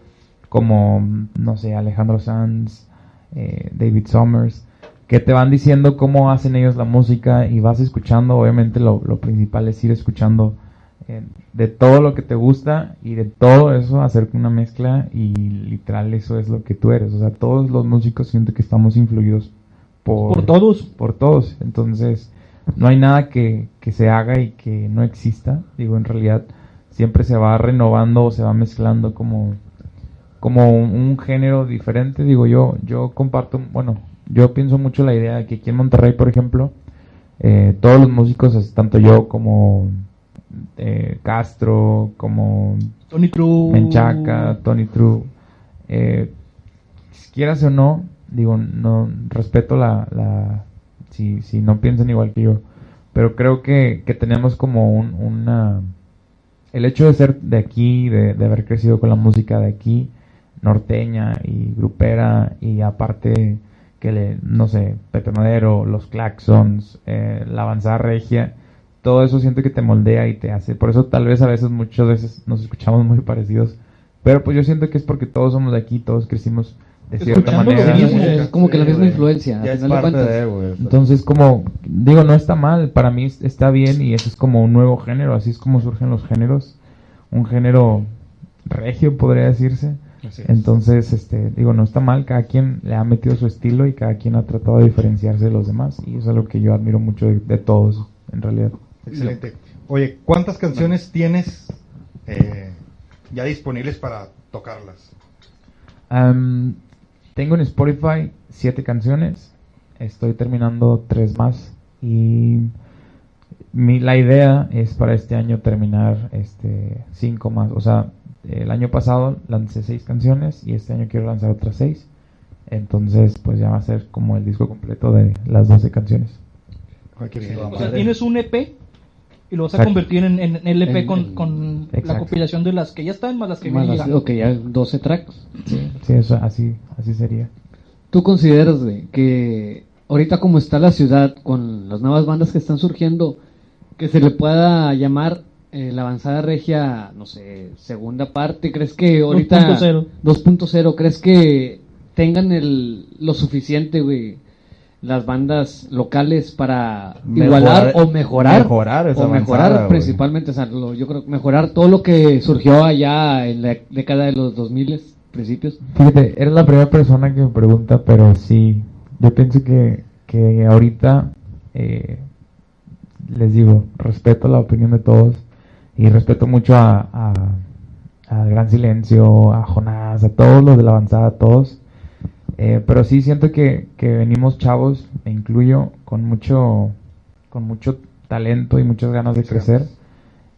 como, no sé, Alejandro Sanz, eh, David Summers, que te van diciendo cómo hacen ellos la música y vas escuchando, obviamente lo, lo principal es ir escuchando eh, de todo lo que te gusta y de todo eso hacer una mezcla y literal eso es lo que tú eres. O sea, todos los músicos siento que estamos influidos por, Por todos. por todos. Entonces, no hay nada que, que se haga y que no exista. Digo, en realidad siempre se va renovando o se va mezclando como, como un, un género diferente. Digo, yo, yo comparto, bueno, yo pienso mucho la idea de que aquí en Monterrey, por ejemplo, eh, todos los músicos, es- tanto yo como eh, Castro, como Tony Cruz. Menchaca, Tony True. Eh, quieras o no, digo, no respeto la. la si, si no piensan igual que yo. Pero creo que, que tenemos como un, una. El hecho de ser de aquí, de, de haber crecido con la música de aquí, norteña y grupera, y aparte que le, no sé, Pepe Madero, los Claxons, eh, la avanzada regia, todo eso siento que te moldea y te hace. Por eso tal vez a veces, muchas veces nos escuchamos muy parecidos. Pero pues yo siento que es porque todos somos de aquí, todos crecimos de cierta Escuchando lo manera. mismo, Sí. es como que la Sí, misma güey. influencia, Ya al es final de parte cuentas. de, güey. Entonces como, digo, no está mal, para mí es- está bien y eso es como un nuevo género, así es como surgen los géneros. Un género regio podría decirse. Así es. Entonces, este, digo, no está mal, cada quien le ha metido su estilo y cada quien ha tratado de diferenciarse de los demás. Y eso es lo que yo admiro mucho de, de todos, en realidad. Excelente. Oye, ¿cuántas canciones tienes eh, ya disponibles para tocarlas? Am, tengo en Spotify siete canciones, estoy terminando tres más y mi, la idea es para este año terminar este cinco más. O sea, el año pasado lancé seis canciones y este año quiero lanzar otras seis. Entonces, pues ya va a ser como el disco completo de las 12 canciones. O sea, tienes un EP y lo vas a Exacto. convertir en, en, en el EP En- con, en- con la Exacto. compilación de las que ya están más las que Más vienen las- llegando. ok, ya 12 tracks. Sí, eso, así, así sería. ¿Tú consideras, güey, que ahorita como está la ciudad con las nuevas bandas que están surgiendo, que se le pueda llamar eh, la avanzada regia, no sé, segunda parte? ¿Crees que ahorita 2.0. 2.0, crees que tengan el, lo suficiente, güey, las bandas locales para Mejorar- igualar o mejorar? mejorar esa o mejorar avanzada, güey. principalmente, o sea, lo- yo creo que mejorar todo lo que surgió allá en la década de los 2000 principios. Fíjate, eres la primera persona que me pregunta, pero sí, yo pienso que, que ahorita, eh, les digo, respeto la opinión de todos y respeto mucho a, a, a Gran Silencio, a Jonás, a todos los de la avanzada, a todos. Eh, pero sí siento que, que venimos chavos, me incluyo, con mucho, con mucho talento y muchas ganas de crecer.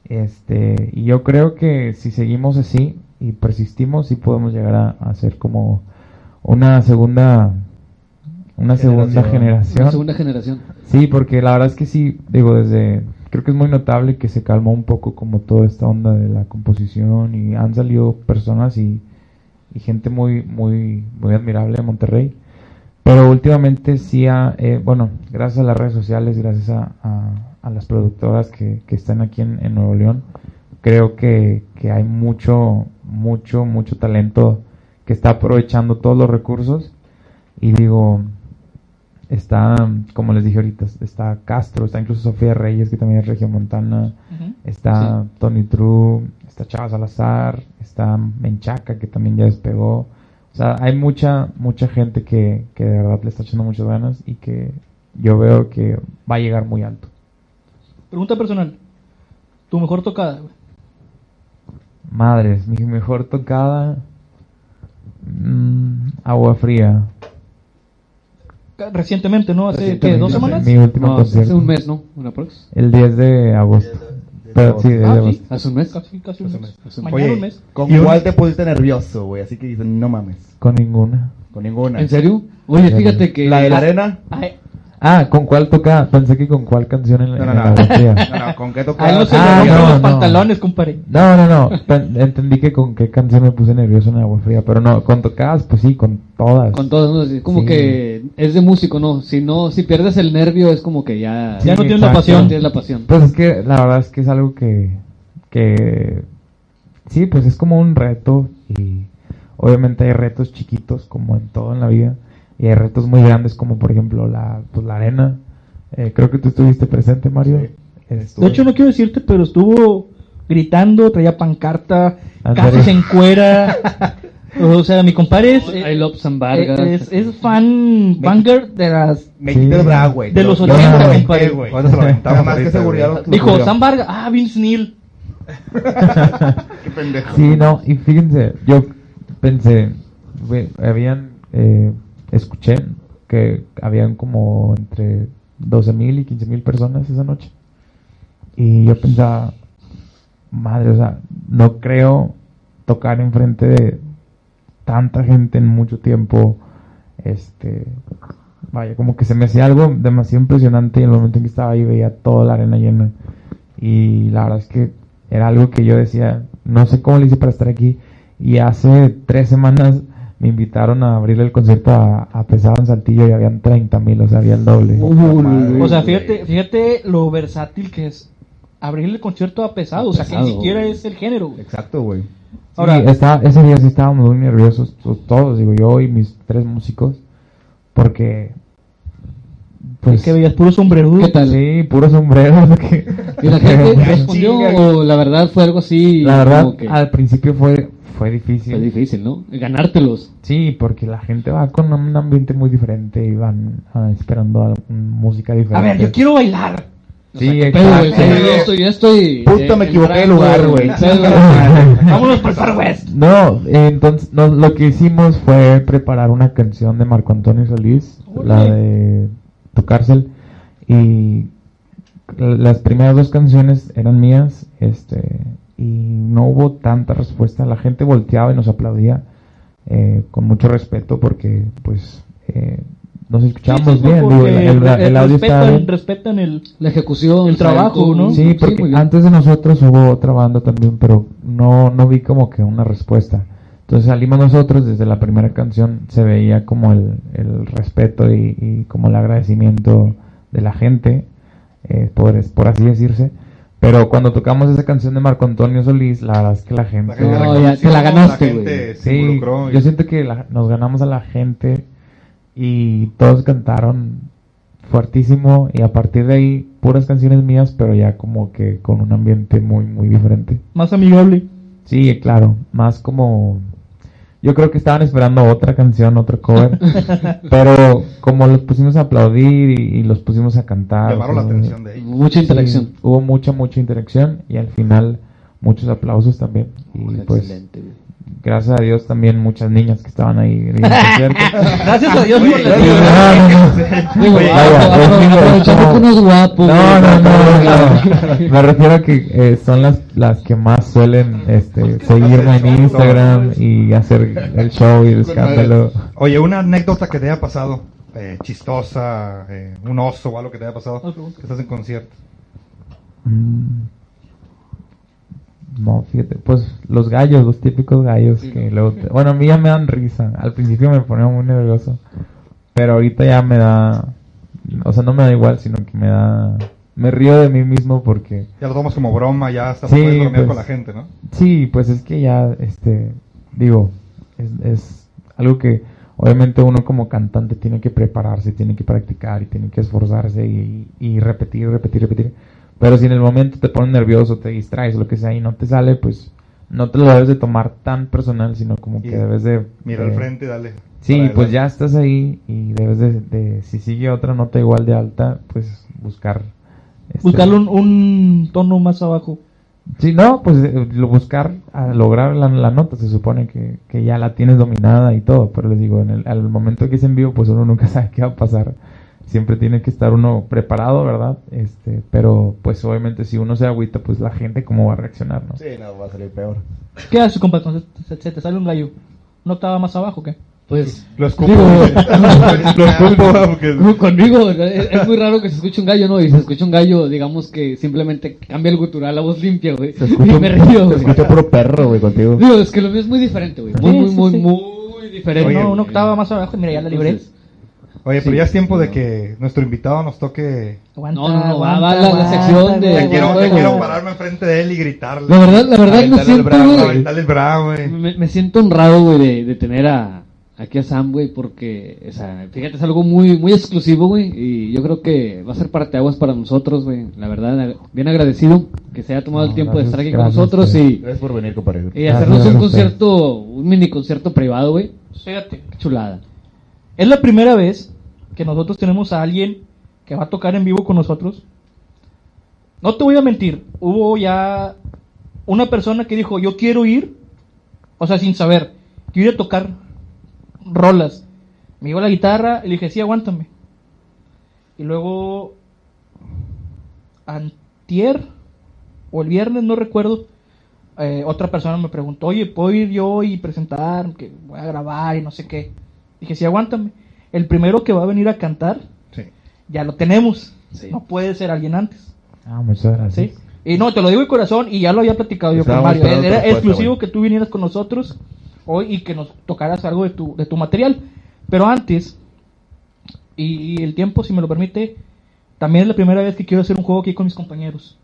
Este, y yo creo que si seguimos así y persistimos, sí podemos llegar a, a ser como una segunda Una segunda Generación. generación. Una segunda generación. Sí, porque la verdad es que sí, digo, desde. Creo que es muy notable que se calmó un poco como toda esta onda de la composición y han salido personas y, y gente muy, muy, muy admirable de Monterrey. Pero últimamente sí, ha, eh, bueno, gracias a las redes sociales, gracias a, a- a las productoras que, que están aquí en, en Nuevo León, creo que, que hay mucho, mucho, mucho talento que está aprovechando todos los recursos. Y digo, está, como les dije ahorita, está Castro, está incluso Sofía Reyes, que también es regiomontana, está Tony True, está Chava Salazar, está Menchaca, que también ya despegó. O sea, hay mucha, mucha gente que, que de verdad le está echando muchas ganas y que yo veo que va a llegar muy alto. Pregunta personal. Tu mejor tocada, güey. Madres, mi mejor tocada. mm, agua fría. Ca- Recientemente, ¿no? Hace ¿qué, Recientemente, dos semanas. Mi último No, hace concierto. un mes, ¿no? Una prox. El 10 de agosto. Pero sí, 10 de Ah, agosto. sí. Hace un mes. Casi, casi un mes. Hace un mes. Mañana Oye, un mes. ¿con Y un- cuál te pusiste nervioso, güey? Así que dicen, no mames, Con ninguna. con ninguna. ¿En serio? Oye, fíjate que. ¿La de la arena? Ay, Ah, ¿con cuál toca? Pensé que con cuál canción en, No, en no, el no. Agua [LAUGHS] Fría. No, no, ¿con qué a él no tocadas? se le Ah, botan no, los no. pantalones, compadre. No, no, no. Pen- entendí que con qué canción me puse nervioso en Agua Fría. Pero no, con tocadas, pues sí, con todas. Con todas, ¿no? Así, Como Sí. que es de músico, ¿no? Si no, si pierdes el nervio es como que ya... Ya no Sí, tienes la exacto. pasión. tienes la pasión. Pues es que la verdad es que es algo que, que sí, pues es como un reto y obviamente hay retos chiquitos como en todo en la vida y hay retos muy grandes como por ejemplo la, pues, la arena. Eh, creo que tú estuviste presente, Mario. Sí. Este, De hecho, no quiero decirte, pero estuvo gritando, traía pancarta, ¿En casi serio? se [LAUGHS] encuera. o sea, mi compadre es, eh, I love San Vargas. es, eh, es fan banger de las... Me Sí. quité el bra, güey. De los Yo no 80, lo aventé, compadre. güey. Ahorita se lo aventamos Nada más que ahorita, seguridad. güey. lo- lo Dijo, cubrió. San Vargas, ah, Vince Neil. [LAUGHS] Qué pendejo. Sí, no, y fíjense, yo pensé, güey, habían, eh, escuché que habían como entre 12.000 y 15.000 personas esa noche. Y yo pensaba, madre, o sea, no creo tocar enfrente de tanta gente en mucho tiempo. Este, vaya, como que se me hacía algo demasiado impresionante y en el momento en que estaba ahí veía toda la arena llena. Y la verdad es que era algo que yo decía, no sé cómo le hice para estar aquí. Y hace tres semanas me invitaron a abrir el concierto a, a Pesado en Saltillo y habían 30.000 mil, o sea, había el doble. Ah, madre. O sea, güey. fíjate, fíjate lo versátil que es abrirle el concierto a pesado. O sea, que ni Pesado, siquiera güey. es el género. güey. Exacto, güey. Ahora- Ahora, ese día sí estábamos muy nerviosos to- todos, digo yo y mis tres músicos, porque pues que veías puro sombrerudo. ¿Qué tal? sí, puro sombrero. [LAUGHS] porque- ¿Y la porque, [LAUGHS] gente bueno, respondió o la verdad fue algo así? la verdad, como que al principio fue fue difícil. fue difícil, ¿no? Ganártelos. Sí, porque la gente va con un ambiente muy diferente y van ah, esperando a- música A diferente. ver, yo quiero bailar. Sí, Pero, güey, exacto. sí, yo estoy, yo estoy... eh, Puta, me equivoqué de lugar, güey. [LAUGHS] Vámonos por el Far West. No, eh, entonces no, lo que hicimos fue preparar una canción de Marco Antonio Solís, la Órale. de Tu cárcel, y l- las primeras dos canciones eran mías, este, y no hubo tanta respuesta, la gente volteaba y nos aplaudía eh, con mucho respeto porque pues eh, nos escuchábamos Sí, sí, bien, porque digo, el, el- el respetan, audio estaba bien. respetan el... La ejecución, El o sea, trabajo, todo, ¿no? Sí, porque muy bien. antes de nosotros hubo otra banda también, pero no, no vi como que una respuesta. Entonces salimos nosotros, desde la primera canción se veía como el, el respeto y, y como el agradecimiento de la gente, eh, por, es- por así decirse. Pero cuando tocamos esa canción de Marco Antonio Solís, la verdad es que la gente... La gente No, reconoció, ya te la ganaste, La gente güey. se Sí, involucró. y- yo siento que la- nos ganamos a la gente y todos cantaron fuertísimo y a partir de ahí puras canciones mías, pero ya como que con un ambiente muy, muy diferente. Más amigable. Sí, claro, más como... Yo creo que estaban esperando otra canción, otro [LAUGHS] cover, pero como los pusimos a aplaudir y, y los pusimos a cantar... Llamaron la como- atención de ellos. Mucha interacción. Sí, hubo mucha, mucha interacción y al final muchos aplausos también. Y pues, Excelente, güey. gracias a Dios también muchas niñas que estaban ahí en el concierto. Gracias a Dios por Sí, la no, no, no. Digo, Vaya, apro- es que apro- aprovechando como- que uno es guapo. No, güey. Ah, no, no, no, no. Me refiero a que eh, son las, las que más suelen este, seguirme en Instagram y hacer el show y el escándalo. Oye, una anécdota que te haya pasado. eh, chistosa, eh, un oso o algo que te haya No pasado, pregunto. que estás en concierto? Mm. No, fíjate, pues los gallos, los típicos gallos Sí, que ¿no? luego te- Bueno, a mí ya me dan risa. Al principio me ponía muy nervioso. Pero ahorita ya me da... O sea, no me da igual, sino que me da... Me río de mí mismo porque... Ya lo tomas como broma, ya estás Sí, puedes bromear pues. con la gente, ¿no? Sí, pues es que ya, este... Digo, es, es algo que obviamente uno como cantante tiene que prepararse, tiene que practicar y tiene que esforzarse y, y repetir, repetir, repetir. Pero si en el momento te pones nervioso, te distraes, lo que sea, y no te sale, pues no te lo debes de tomar tan personal, sino como que Y debes de... Mira de- al frente, dale. Sí, para pues adelante. ya estás ahí y debes de, de- si sigue otra nota igual de alta, pues buscar... este, Buscarle un, un tono más abajo. Sí, no, pues eh, lo buscar a lograr la, la nota, se supone que, que ya la tienes dominada y todo, pero les digo, en el, al momento que es en vivo, pues uno nunca [LAUGHS] sabe qué va a pasar. Siempre tiene que estar uno preparado, ¿verdad? Este, pero pues obviamente si uno se agüita, pues la gente cómo va a reaccionar, ¿no? Sí, no, va a salir peor. ¿Qué haces, compa? Entonces, se, se te sale un gallo. ¿Una octava más abajo o qué? Pues Lo escupo. Digo- [LAUGHS] lo escupo, porque- Conmigo, es, es muy raro que se escuche un gallo, ¿no? Y se escucha un gallo, digamos que simplemente cambia el gutural, la voz limpia, güey. Se Y escucha un- [LAUGHS] me río, se güey. escucha puro perro, güey, contigo. Digo, es que lo mío es muy diferente, güey. Muy, Sí, muy, sí, muy, sí. muy diferente. Oye, no, una octava más abajo y mira, ya la libré. eh, Entonces, Oye, pero ya es tiempo de que nuestro invitado nos toque. Aguanta, No, no, no, va- aguanta, va la- la aguanta, sección de- güey, Ya quiero, güey. ya quiero pararme enfrente de él y gritarle. La verdad, la verdad, me Aventarle el siento, bravo, güey, Aventarle el bravo, güey. Me, me siento honrado, güey, de, de tener a, aquí a Sam, güey, porque, o sea, fíjate, es algo muy, muy exclusivo, güey, y yo creo que va a ser parteaguas para nosotros, güey. La verdad, ag- bien agradecido que se haya tomado No, el tiempo gracias, de estar aquí gracias, con nosotros güey. y, Gracias por venir, compadre. y Gracias, hacernos un gracias. eh. concierto, un mini concierto privado, güey. Fíjate. Qué Chulada. Es la primera vez que nosotros tenemos a alguien que va a tocar en vivo con nosotros. No te voy a mentir, hubo ya una persona que dijo, yo quiero ir, o sea, sin saber, quiero ir a tocar rolas. Me dio la guitarra y le dije, sí, aguántame. Y luego, antier o el viernes, no recuerdo, eh, otra persona me preguntó, oye, ¿puedo ir yo y presentar? Que voy a grabar y no sé qué. Dije, sí, aguántame. El primero que va a venir a cantar, Sí. ya lo tenemos. Sí. No puede ser alguien antes. Ah, muchas gracias. ¿sí? Y no, te lo digo de corazón y ya lo había platicado yo con Estábamos Mario. esperando tu Era respuesta, exclusivo güey. que tú vinieras con nosotros hoy y que nos tocaras algo de tu, de tu material. Pero antes, y, y el tiempo, si me lo permite, también es la primera vez que quiero hacer un juego aquí con mis compañeros.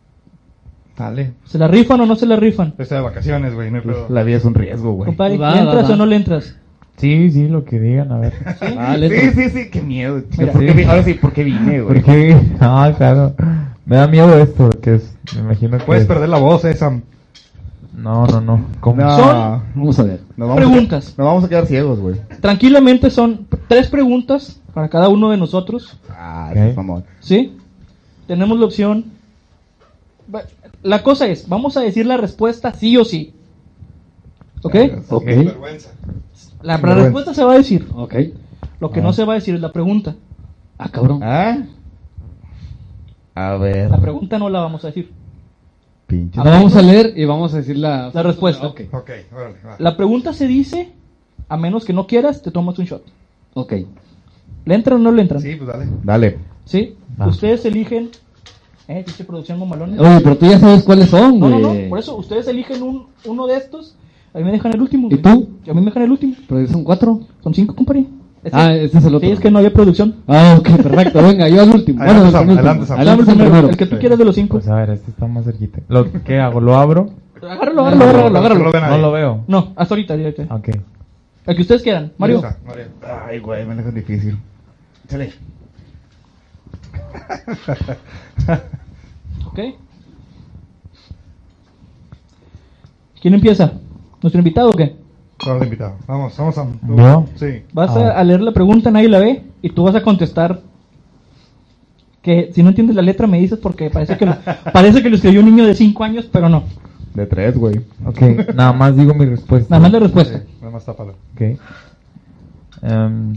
Dale. ¿Se la rifan o no se la rifan? Estoy de vacaciones, güey. No hay pedo. La vida es un riesgo, güey. Compadre, Va, ¿le va, entras va. o no le entras? Sí, sí, lo que digan, a ver. Ah, Sí, Leto. sí, sí, qué miedo. chico. Mira. ¿Por qué vi- ahora sí, ¿por qué vine, güey? Porque, [LAUGHS] ah, claro. Me da miedo esto, que es, me imagino que... Puedes perder la voz, eh, Sam. No, no, no. ¿Cómo? No, Son- Vamos a ver. nos vamos a- preguntas. nos vamos a quedar ciegos, güey. Tranquilamente son tres preguntas para cada uno de nosotros. Ah, Ok. ese es mamón. ¿Sí? Tenemos la opción. Va- La cosa es, vamos a decir la respuesta sí o sí. Ah, ¿Ok? Ok. ¿Eh? Vergüenza. La, Bueno. respuesta se va a decir. Ok. Lo que no se va a decir es la pregunta. Ah, cabrón. ¿Ah? A ver. La pregunta no la vamos a decir. Pinche. Ahora Ah, vamos a leer y vamos a decir la, La respuesta. Ok. Ok, órale, va. La pregunta se dice, a menos que no quieras, te tomas un shot. Ok. ¿Le entran o no le entran? Sí, pues dale. Dale. ¿Sí? Va. Ustedes eligen... Eh, dice producción mamalona. Oye, pero tú ya sabes cuáles son, No, güey. no, no, por eso ustedes eligen un, uno de estos, a mí me dejan el último. ¿Y güey. tú? A mí me dejan el último. Pero son cuatro. Son cinco, compadre. Este- Ah, este es el otro. Sí, es que no había producción. Ah, ok, perfecto. Venga, yo al último. Adelante, Sam, penúltimo. adelante, Sam. Abre Adelante, Sam primero, primero. el que tú quieras de los cinco. Pues a ver, este está más cerquita. Lo, ¿Qué hago? ¿Lo abro? Agárralo, agárralo, agárralo, No lo agárralo. ve nadie. No lo veo. No, hasta ahorita, directo. Ok. El que ustedes quieran. Mario, Ahí está, Mario. Ay, güey, me dejan difícil. Chale. ¿ok? ¿Quién empieza? ¿Nuestro invitado o qué? Ahora te invitado. Vamos, vamos, Sam. Tú. ¿Yo? Sí. Vas Ah. a, a leer la pregunta, nadie la ve, y tú vas a contestar que si no entiendes la letra me dices porque parece que lo, parece que lo escribió un niño de cinco años, pero no. De tres, güey. Ok, nada más digo mi respuesta. Nada más la respuesta. Sí, Nada más tápalo. Ok. Em,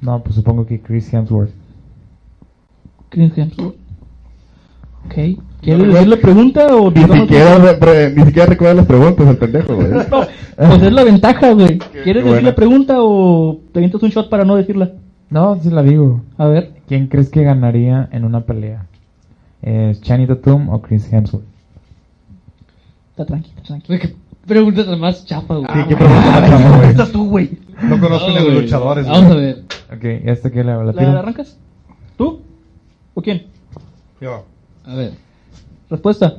no, pues supongo que Chris Hemsworth. Chris Hemsworth. Ok. ¿Quieres leer la pregunta o Ni digamos- siquiera, re- re- ni siquiera recuerda las preguntas, el pendejo, [LAUGHS] güey. No, pues es la ventaja, güey. ¿Quieres decir bueno. la pregunta o te avientas un shot para no decirla? No, sí la digo. A ver. ¿Quién crees que ganaría en una pelea? ¿Es Channing Tatum o Chris Hemsworth? Está tranquilo, está Ah, tranquilo. Güey, qué pregunta tan más chafa, güey. Sí, qué pregunta más chafa, güey. Estás tú, güey. No conozco ni a los güey. luchadores. güey. Vamos a ver. Ok, ¿y este hasta que la, la ¿La, la tiro? arrancas? ¿Tú? ¿O quién? Yo, A ver. Respuesta.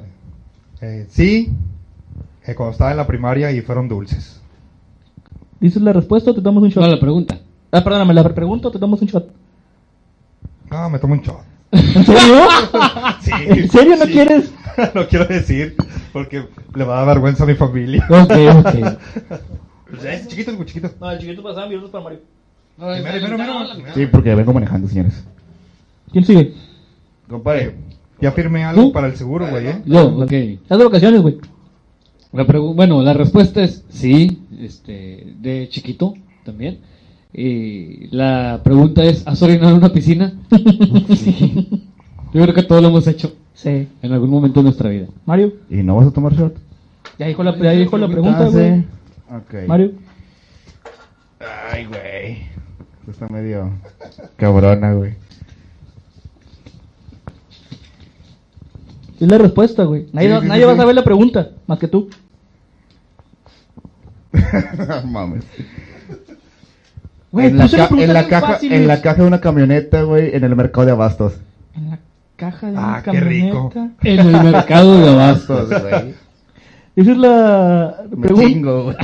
eh, sí, eh, cuando estaba en la primaria y fueron dulces. ¿Dices la respuesta o te damos un shot? ¿Cuál es la pregunta? Ah, perdóname, la pregunta o te damos un shot. Ah, me tomo un shot. ¿En serio? Sí, ¿En serio no sí. quieres? [LAUGHS] no quiero decir porque le va a dar vergüenza a mi familia. Ok, ok. Pues, eh, chiquito, el chiquito. No, el chiquito pasaba, minutos para Mario. Primero, primero, primero. Sí, porque vengo manejando, señores. ¿Quién sigue? Compadre, ya firmé algo ¿Tú? para el seguro, güey, ¿eh? Yo, ok. Estás de vacaciones, güey. La pregu- bueno, la respuesta es sí, este, de chiquito también. Y la pregunta es, ¿has orinado en una [LAUGHS] piscina? Yo creo que todos lo hemos hecho Sí. en algún momento de nuestra vida. Mario. ¿Y no vas a tomar shot? Ya dijo la, ya dijo la pregunta, Ah, sí. güey. Ok. Mario. Ay, güey. pues, Esto Está medio cabrona, güey. Es la respuesta, güey. Nadie, Sí, sí, nadie sí, va a sí. saber la pregunta, más que tú. Mames. Güey, en la, puse la ca- pregunta en la bien caja, fácil, en la güey. caja de una camioneta, güey, en el mercado de abastos. En la caja de Ah, una qué rico. camioneta. En el mercado de abasto. [LAUGHS] Abastos, güey. Esa es la Me pregunta. chingo, güey.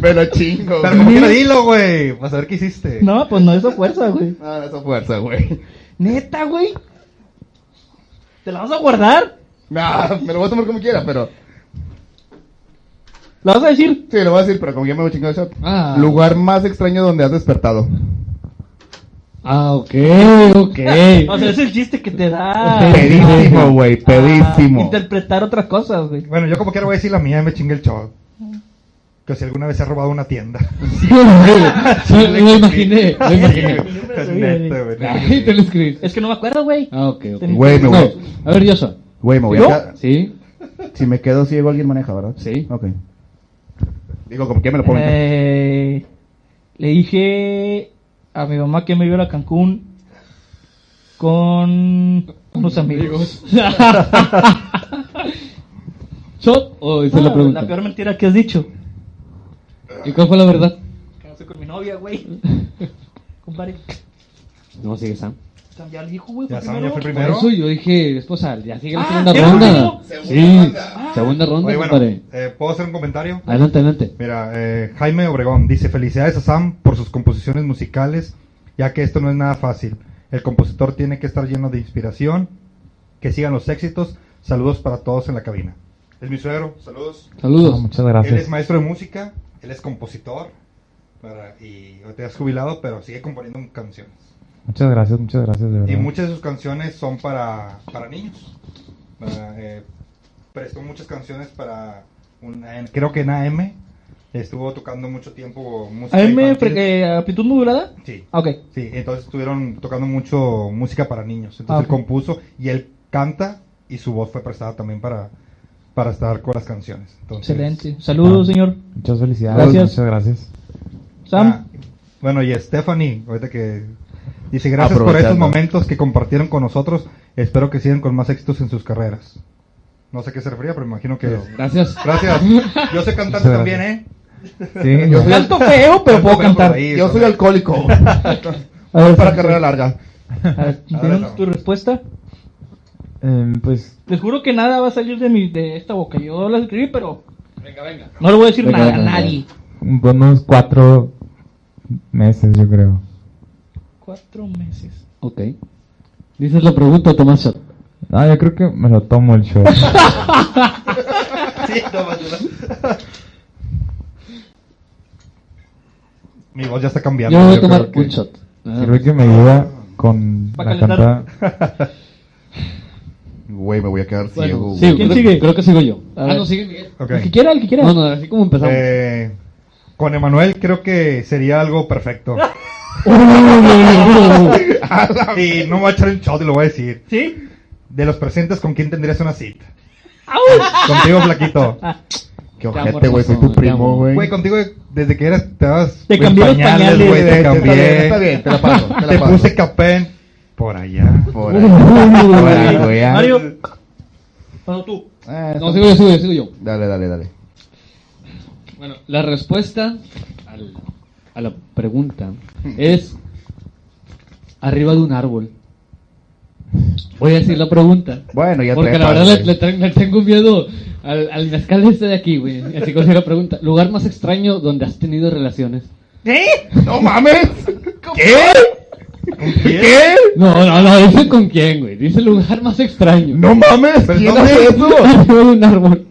Me lo chingo, Pero como güey. quiera, dilo, güey, para saber qué hiciste. No, pues no es a fuerza, güey. Ah, No, esa fuerza, güey. Neta, güey. ¿Te la vas a guardar? No, me lo voy a tomar como quiera, pero. ¿La vas a decir? Sí, lo voy a decir, pero como ya me voy chingado de shot. Ah. Lugar más extraño donde has despertado. Ah, ok, ok. O sea, es el chiste que te da. Pedísimo, güey, Ah, pedísimo. interpretar otras cosas, güey. Bueno, yo como quiera voy a decir la mía y me chingue el shot. Que si alguna vez se ha robado [LAUGHS] una tienda. Lo- lo imaginé, lo imaginé. Neta, güey, neta que Ahí te lo escribí. Es que no me acuerdo, güey. Ah, ok, ok. Güey, me No, voy. a ver, yo soy. Güey, me voy ¿No? a quedar- ¿Sí? Si me quedo ciego, alguien maneja, ¿verdad? Sí. Ok. Digo, como que pues me lo pongo. Eh, le dije a mi mamá que me iba a ir a Cancún con unos amigos. ¿Shot o esa Ah, es la pregunta? peor mentira que has dicho. ¿Y cuál fue la verdad? Que no soy con mi novia, güey. [LAUGHS] Compadre, No, sigue Sam. ya le dijo, güey. Ya fue Sam ya fue primero. Por primero. eso yo dije, esposa, ya sigue la Ah, segunda ¿ya era ronda. último? sí, segunda ronda, Oye, bueno, compadre. eh, ¿puedo hacer un comentario? Adelante, adelante. Mira, eh, Jaime Obregón dice, felicidades a Sam por sus composiciones musicales, ya que esto no es nada fácil. El compositor tiene que estar lleno de inspiración, que sigan los éxitos, saludos para todos en la cabina. Es mi suegro, saludos. Ah, Saludos. muchas Él es gracias. maestro de música, él es compositor, para- y ahorita es jubilado, pero sigue componiendo canciones. Muchas gracias, muchas gracias, de Y verdad. muchas de sus canciones son para, para niños. Para, eh, prestó muchas canciones para, una, en- creo que en AM, estuvo tocando mucho tiempo música AM, infantil. fre- eh, amplitud modulada. Sí, Ah, ok. sí, entonces estuvieron tocando mucho música para niños. Entonces Ah, él ok. compuso y él canta y su voz fue prestada también para, para estar con las canciones. Entonces, Excelente. Saludos, Ah. señor. Muchas felicidades, Gracias. muchas gracias. ah, Sam. bueno, y Stephanie, ahorita que dice gracias por Aprovechando. estos momentos que compartieron con nosotros. Espero que sigan con más éxitos en sus carreras. No sé a qué se refería, pero me imagino que... Gracias. Gracias. Yo soy cantante Muchas también, ¿eh? Sí, Yo soy al- Canto [LAUGHS] feo, pero puedo Canto cantar. por ahí, Yo soy ¿no? [LAUGHS] alcohólico. A ver, para Sam, carrera larga. a ver, Ahora ¿tienes no. tu respuesta? em, pues Les juro que nada va a salir de mi de esta boca. Yo la escribí, pero no le voy a decir Venga, nada venga, a nadie. unos cuatro meses, yo creo. Cuatro meses. Ok. Dices la pregunta, Tomás Shot. Ah, yo creo que me lo tomo [LAUGHS] el show. Sí, no, no, Mi voz ya está cambiando. Yo voy a yo tomar creo que- un shot. Ah, Sirve que me ayuda con Pa' la calentar. cantada. Güey, me voy a quedar bueno, ciego. sigo, ¿Quién güey. creo- sigue? Creo que sigo yo. A ver. sigue Miguel. Ok. El que quiera, el que quiera. No, no, así como empezamos. [LAUGHS] Eh, con Emanuel creo que sería algo perfecto. [LAUGHS] y no me voy a echar el shot y lo voy a decir. ¿Sí? De los presentes, ¿con quién tendrías una cita? [LAUGHS] Contigo, flaquito. Qué Te ojete, amo, Este güey. Soy hermoso, tu te primo, amo. güey. Güey, contigo desde que eras, te dabas Te cambié los pañales, güey, te Está bien, cambié. Está bien, te la paso. Te Te la paso. puse capén por allá. Por ahí, güey, ya. Mario. Bueno, tú. Ah, No, está- sigo yo, sigo yo, sigo yo. Dale, dale, dale. Bueno, la respuesta al- a la pregunta Hmm. es arriba de un árbol. Voy a decir la pregunta. Bueno, ya Porque la trepas, verdad le, güey. le tra- le tengo miedo al, al mezcal este de aquí, güey. Así que voy a hacer la pregunta. ¿Lugar más extraño donde has tenido relaciones? ¡No mames! ¿Qué? ¿Qué? No, no, no, dice con quién, güey. Dice lugar más extraño. ¡No mames! ¿Quién ¿dónde? hace eso? Arriba de un árbol.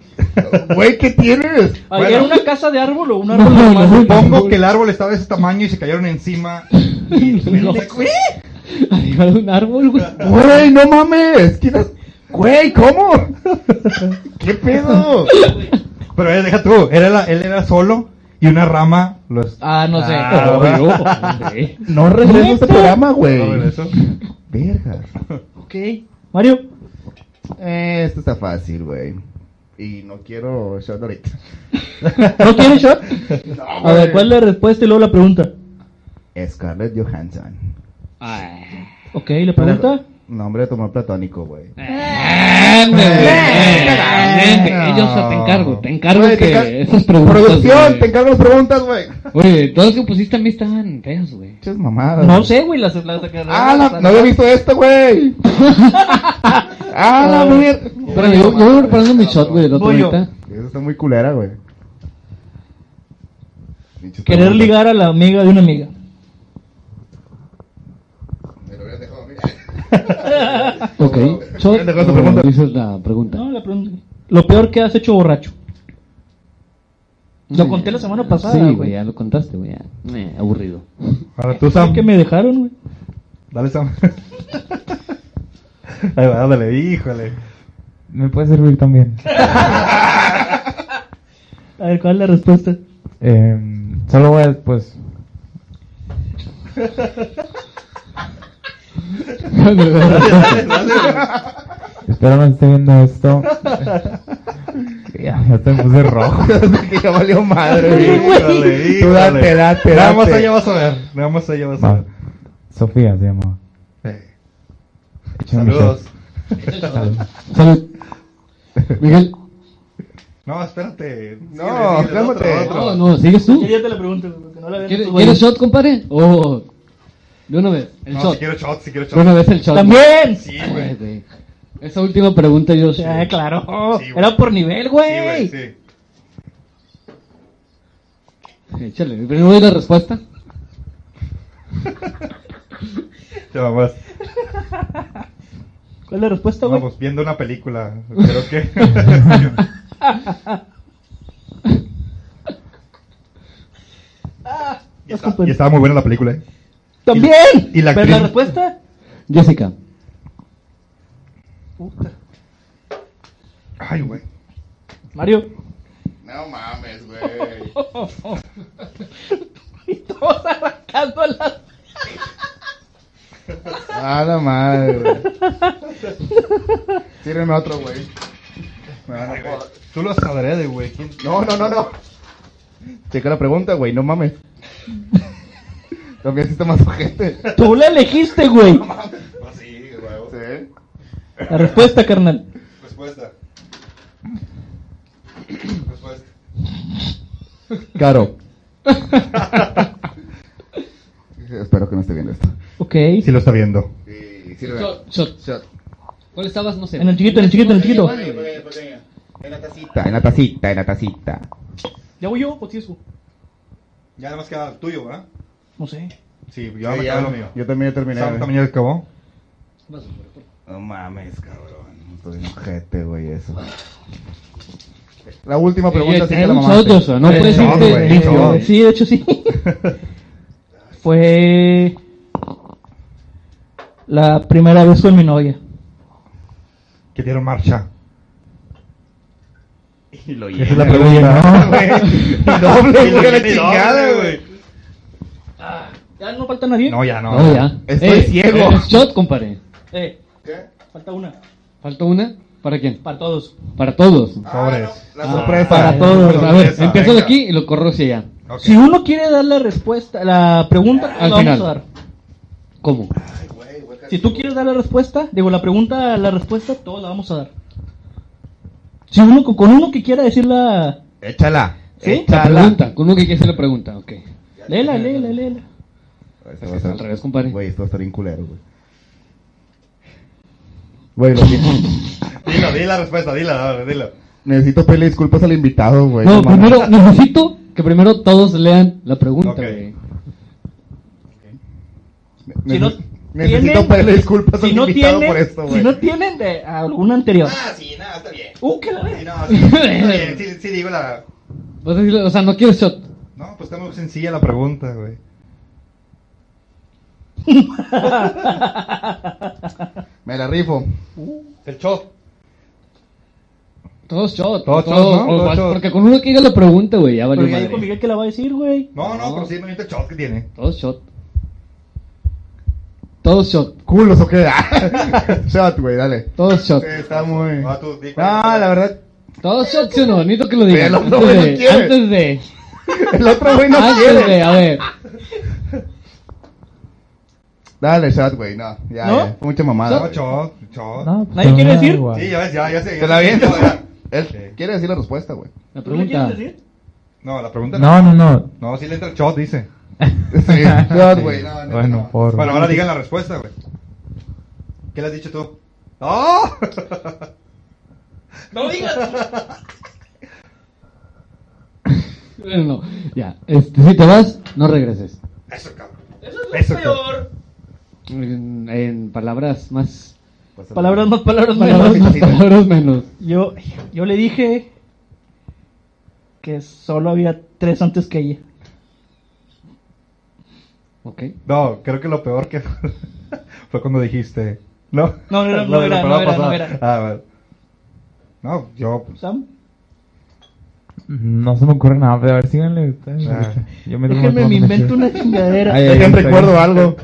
Güey, ¿qué tienes? Ahí Bueno. Ah, ¿Era una casa de árbol o un No, árbol normal? no, Supongo que el árbol estaba de ese tamaño y se cayeron [LAUGHS] encima. Y tuvieron sexo. Arriba de un árbol, güey. Güey, no mames. ¿Quién hace- Güey, ¿cómo? ¿Qué pedo? Pero él, deja tú, él era, él era solo y una rama los... Ah, no sé. Ah, Obvio, hombre. No regreso a este programa, güey. eso. Verga. Ok. Mario. Eh, esto está fácil, güey. Y no quiero shot ahorita. ¿No quieres shot? A ver, ¿cuál es la respuesta y luego la pregunta? Scarlett Johansson. Ay, Ok, ¿la pregunta? Nombre de tomar platónico, güey. hombre, güey. Eh, Yo, o sea, te encargo, te encargo Güey, que te encar- esas preguntas. Producción, güey. te encargo las preguntas, güey. Oye, todos los que pusiste a mí estaban feos, güey. Muchas mamadas. No güey. sé, güey, las las- las- Ah, la- las- no había visto esto, güey. ah, la mierda. Espérame, yo, yo voy preparando mi shot, güey, del otro Voy yo. ahorita. Eso está muy culera, güey. Pinches Querer preguntas. ligar a la amiga de una amiga. Me lo hubieras dejado, mira. Ok, shot. Te dejo tu o pregunta. Dices la pregunta. No, la pregunta. Lo peor que has hecho borracho. Lo conté la semana pasada, Sí, güey. güey, ya lo contaste, güey. ya. Eh, aburrido. Ahora tú, ¿Por Sam. qué me dejaron, güey? Dale, Sam. [LAUGHS] Ahí va, dale, híjole. Me puede servir también. A ver, ¿cuál es la respuesta? Eh, solo voy a, pues, espero no esté [LAUGHS] viendo esto. ya, ya te puse rojo. [LAUGHS] que ya valió madre, güey. Híjole, Tú date, híjole. date, Nada más date. allá vas a ver. Nada más allá vas a Va. Sofía se llamaba. ver. Eh, Échame un Saludos. Salud. Miguel. No, espérate. No, Síguele, síguele, cálmate. otro, No, otro. no, sigues tú. Yo ya te la pregunto, güey, porque no la había ¿Quieres, visto, güey. ¿quieres shot, compadre? Oh, de una vez, el No, shot. si quiero shot, si quiero shot. De una vez el shot. ¡También! Sí, Ay, güey. güey. Esa última pregunta yo sé. Ah, claro. Sí, güey. Era por nivel, Sí, güey. güey, sí. Échale, primero doy la respuesta. Te mamás. ¿Cuál es la respuesta, güey? Vamos, viendo una película. [LAUGHS] Creo que. Vas Está- con- y estaba muy buena la película, eh. ¡También! y la ¿Pero actriz- la respuesta? Jessica. Ay, güey. Mario. No mames, güey. Y [LAUGHS] todos arrancando las... A la madre, güey. Tírenme otro, güey. Me van a joder. Tú lo adrede, güey. ¿Quién- No, no, no, no. Checa la pregunta, güey, no mames. También está más ojete. Tú la elegiste, güey. Ah, sí, güey. Sí. La respuesta, carnal. Respuesta. Respuesta. [LAUGHS] Caro. Espero que no esté viendo esto. Ok. Sí lo está viendo. Sí, sí, lo veo. Shot, shot. Shot. ¿Cuál estabas? No sé. En el chiquito, en el chiquito, en el chiquito. Está en la tacita, en la tacita. ¿Ya voy yo o tienes tú? Ya nada más queda el tuyo, ¿verdad? No sé. Sí, yo ahora me quedo lo mío. Yo también ya terminé. Sam güey. también ya acabó. No mames, cabrón. Estoy en ojete, güey, eso. La última pregunta sí que Era la un mamaste. shot, o sea, no Eh, puedes no, irte. güey, eh, no. Sí, de hecho sí. Fue la primera vez con mi novia. Que dieron [LAUGHS] marcha. Y lo Esa es la llena, güey. pregunta. [LAUGHS] Doble, güey, la doble, chingada, güey. güey. Ah, Ya no falta nadie. No, ya no. No, ya. Eh. Ah, Estoy ciego. Shot, compadre. Eh, falta una. ¿Falta una? ¿Para quién? Para todos. Para todos. Sobres. La Ah, sorpresa. para todos. A ver, Esa, empiezo de venga. aquí y lo corro hacia allá. Ok. Si uno quiere dar la respuesta, la pregunta, Al la vamos final. a dar. ¿Cómo? Si tú quieres dar la respuesta, digo, la pregunta, la respuesta, todos la vamos a dar. Si uno, con uno que quiera decir la... Échala. ¿Sí? La Échala. pregunta, con uno que quiere hacer la pregunta, ok. Léela, léela, léela. Esto va a Al estar- revés, compadre. Güey, esto va a estar bien culero, güey. Güey, lo que- Dilo, di la respuesta, dila, a ver, dilo. Necesito pedirle disculpas al invitado, güey. Pues No, mames. primero, necesito que primero todos lean la pregunta, Ok. güey. Ne- Si no necesito tienen- pedirle disculpas Si al no invitado tienen, por esto, güey. si no tienen de alguna anterior. Ah, sí, nada, está bien. Uh, que la Sí, verga. no, sí, está bien, sí, sí, digo la... Vas a decirle, o sea, no quiero shot. No, pues está muy sencilla la pregunta, güey. Me la rifo. El shot. Todos shot. Todos shot, ¿no? o Todos vas- shot. Porque con uno que diga la pregunta, güey, ya valió Pero ya dijo madre. Miguel que la va a decir, güey. No, no, pero sí me el shot que tiene. Todos shot. Todos shot. ¿Culos o [LAUGHS] qué? Shot, güey, dale. Todos shot. Sí, Está muy... Ah, tú, di cuál Ah, es. la verdad, [LAUGHS] Todos shot, sí o no, necesito que lo digas. Pero no, Antes güey, no de, quiere. antes de, el otro güey no antes de, quiere. a ver. Dale, shot, güey, no. Ya, ¿No? ya. Fue mucha Ah, mamada. No, güey. shot, shot. No, pues, ¿Nadie no quiere me da decir? igual. Sí, ya ves, ya, ya sé. ¿Te la ya sé, aviento? ya. Él Sí. quiere decir la respuesta, güey. La ¿Tú le pregunta. quieres decir? No, la pregunta no. No, no, no. No, sí le entra el shot, dice. Sí, shot, güey. Sí. No, no, Bueno, no. por. Bueno, ahora digan la respuesta, güey. ¿Qué le has dicho tú? ¡Oh! [LAUGHS] No digas. Bueno, no, ya. Este, si te vas, no regreses. Eso, cabrón. Eso es lo Eso, peor. En, en palabras más. Palabras más, palabras Palabras menos. más, palabras menos. Yo, yo le dije que solo había tres antes que ella. Ok. No, creo que lo peor que [LAUGHS] fue, fue cuando dijiste. No, No, no era- [LAUGHS] Lo no de la era, semana no era, no pasada. Ah, bueno. No, yo. pues, ¿Sam? No se me ocurre nada, pero a ver, síganle. ustedes. Ah. Yo me tomo Déjenme, me todo mi invento shot. una chingadera. Ay, ay, Dejen está bien. recuerdo algo.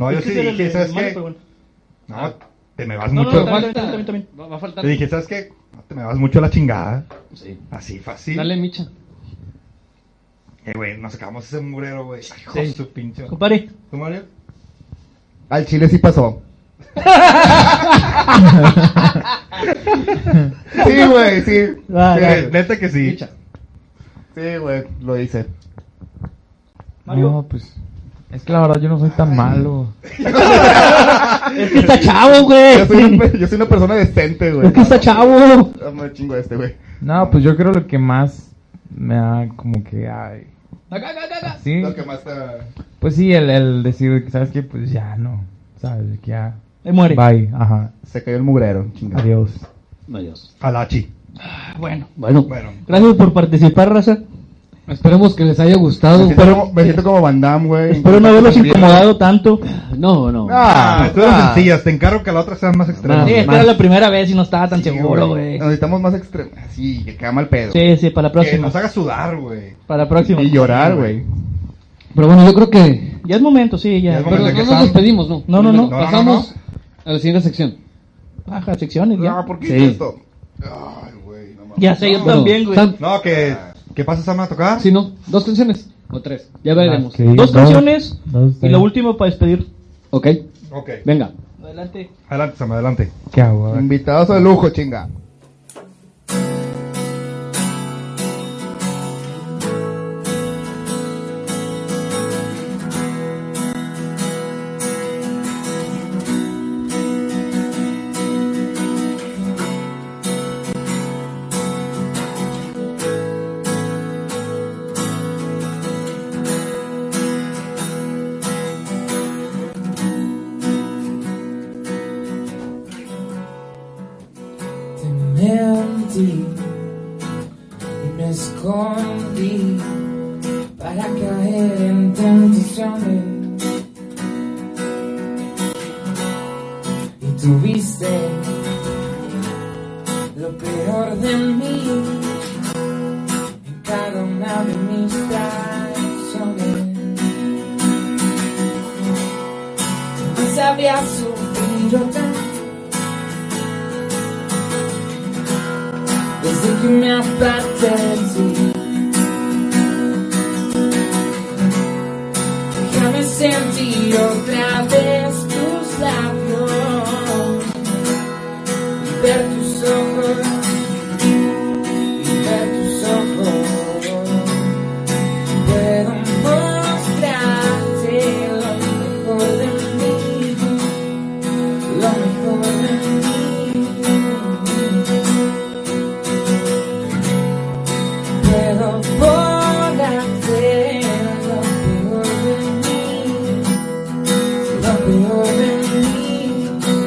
No, yo Es que sí ese era el dije, de ¿sabes Mario, qué? pero bueno. No, te me vas No, no, mucho. no, también, también, también. Va, va a faltar. Te dije, ¿sabes qué? Te me vas mucho a la chingada. Sí. Así fácil. Dale, Micha. Eh, güey, nos sacamos ese murero, güey. Ay, hijo de su pinche. Compadre, ¿Tú, Mario? Al chile sí pasó. sí, güey, sí. Ah, Eh, Sí, Neta que sí. Micha. Sí, güey, lo hice. Mario. No, pues. Es que la verdad yo no soy tan malo. es que está chavo, güey. Yo soy una, pe- yo soy una persona decente, güey. Es que está chavo. Ah, me chingo a este, güey. No, pues yo creo lo que más me da como que. Ay. Acá, acá, acá, acá. Sí. Lo que más te- Pues sí, el, el decir, ¿sabes qué? Pues ya no. ¿Sabes? De que Ya. Ahí muere. Bye. Ajá. Se cayó el mugrero. chinga. Adiós. Adiós. Alachi. Bueno, Bueno, Bueno. gracias por participar, raza. esperemos que les haya Me gustado. siento como- me siento como Van Damme, güey. [LAUGHS] Espero no haberlos incomodado tanto. No, no. Ah, Ah, tú eres ah. sencillas. Te encargo que la otra sea más extrema. Ah, Sí, Más. esta era la primera vez y no estaba tan seguro, güey. Necesitamos más extremo. Sí, que queda mal pedo. Sí, sí, para la Que próxima. nos haga sudar, güey. Para la próxima. Y llorar, güey. Pero bueno, yo creo que. Ya es momento, sí, ya. Ya es Pero Pero- momento. Desde no que nos Sam- despedimos, ¿no? No, no, no. No, no, Pasamos a la siguiente sección. Baja secciones, Ah, ya. No, ¿por qué Sí. hice esto? Ay, güey, no mames. Ya sé, yo Bueno, también, güey. Sam, No, que. ¿Qué pasa, Sam, a tocar? Sí, no. Dos canciones. O tres. Ya veremos. Más que- Dos canciones dos, y lo tres. último para despedir. Ah, Ok. Ok. Venga. Adelante. Adelante, Sam, adelante. ¿Qué hago? A ver. Invitados de lujo, chinga. te mentí y me escondí para caer en tentaciones y tuviste lo peor de mí en cada una de mis traiciones jamás había sufrido tanto Así que me aparté de ti. Déjame sentir otra vez tus labios y ver tus ojos. y ver tus ojos. Puedo mostrarte lo mejor de mí, lo mejor de mí. Puedo volarte lo peor de mí, lo peor de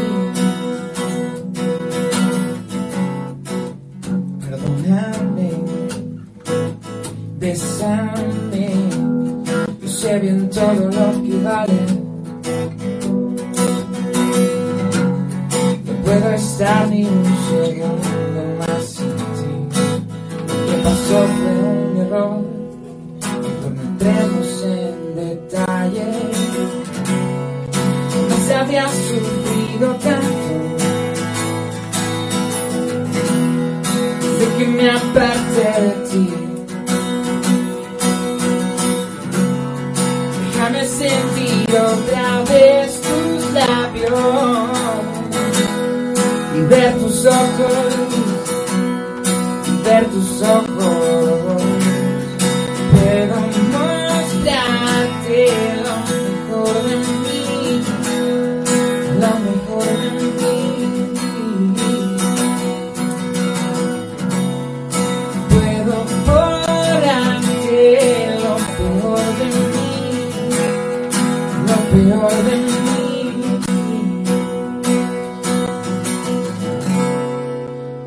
mí. Perdóname besame. Yo sé bien todo lo que vale. No puedo estar ni un segundo más sin ti. Lo que pasó fue un error. No entremos en detalle. No se había sufrido tanto. Sé que me aparté de ti. Déjame sentir otra vez tus labios y ver tus ojos, y ver tus ojos.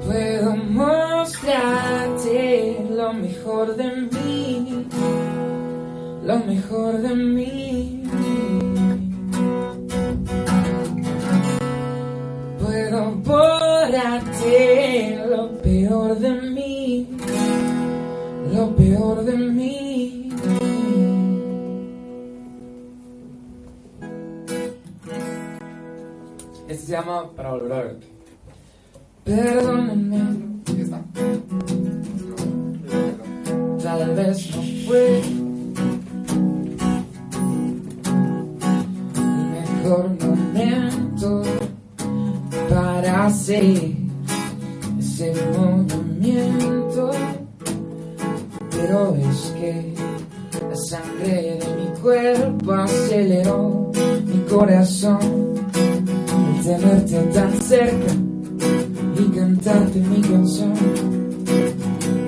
Puedo mostrarte lo mejor de mí, lo mejor de mí. Puedo borrarte lo peor de mí, lo peor de mí. Puedo mostrarte lo mejor de mí, lo mejor de mí. Puedo borrarte lo peor de mí, lo peor de mí. Este se llama Para volver a verte. Perdóname. Tal vez no fue el mejor momento para hacer ese movimiento. Pero es que la sangre de mi cuerpo aceleró mi corazón. El tenerte tan cerca y cantarte mi canción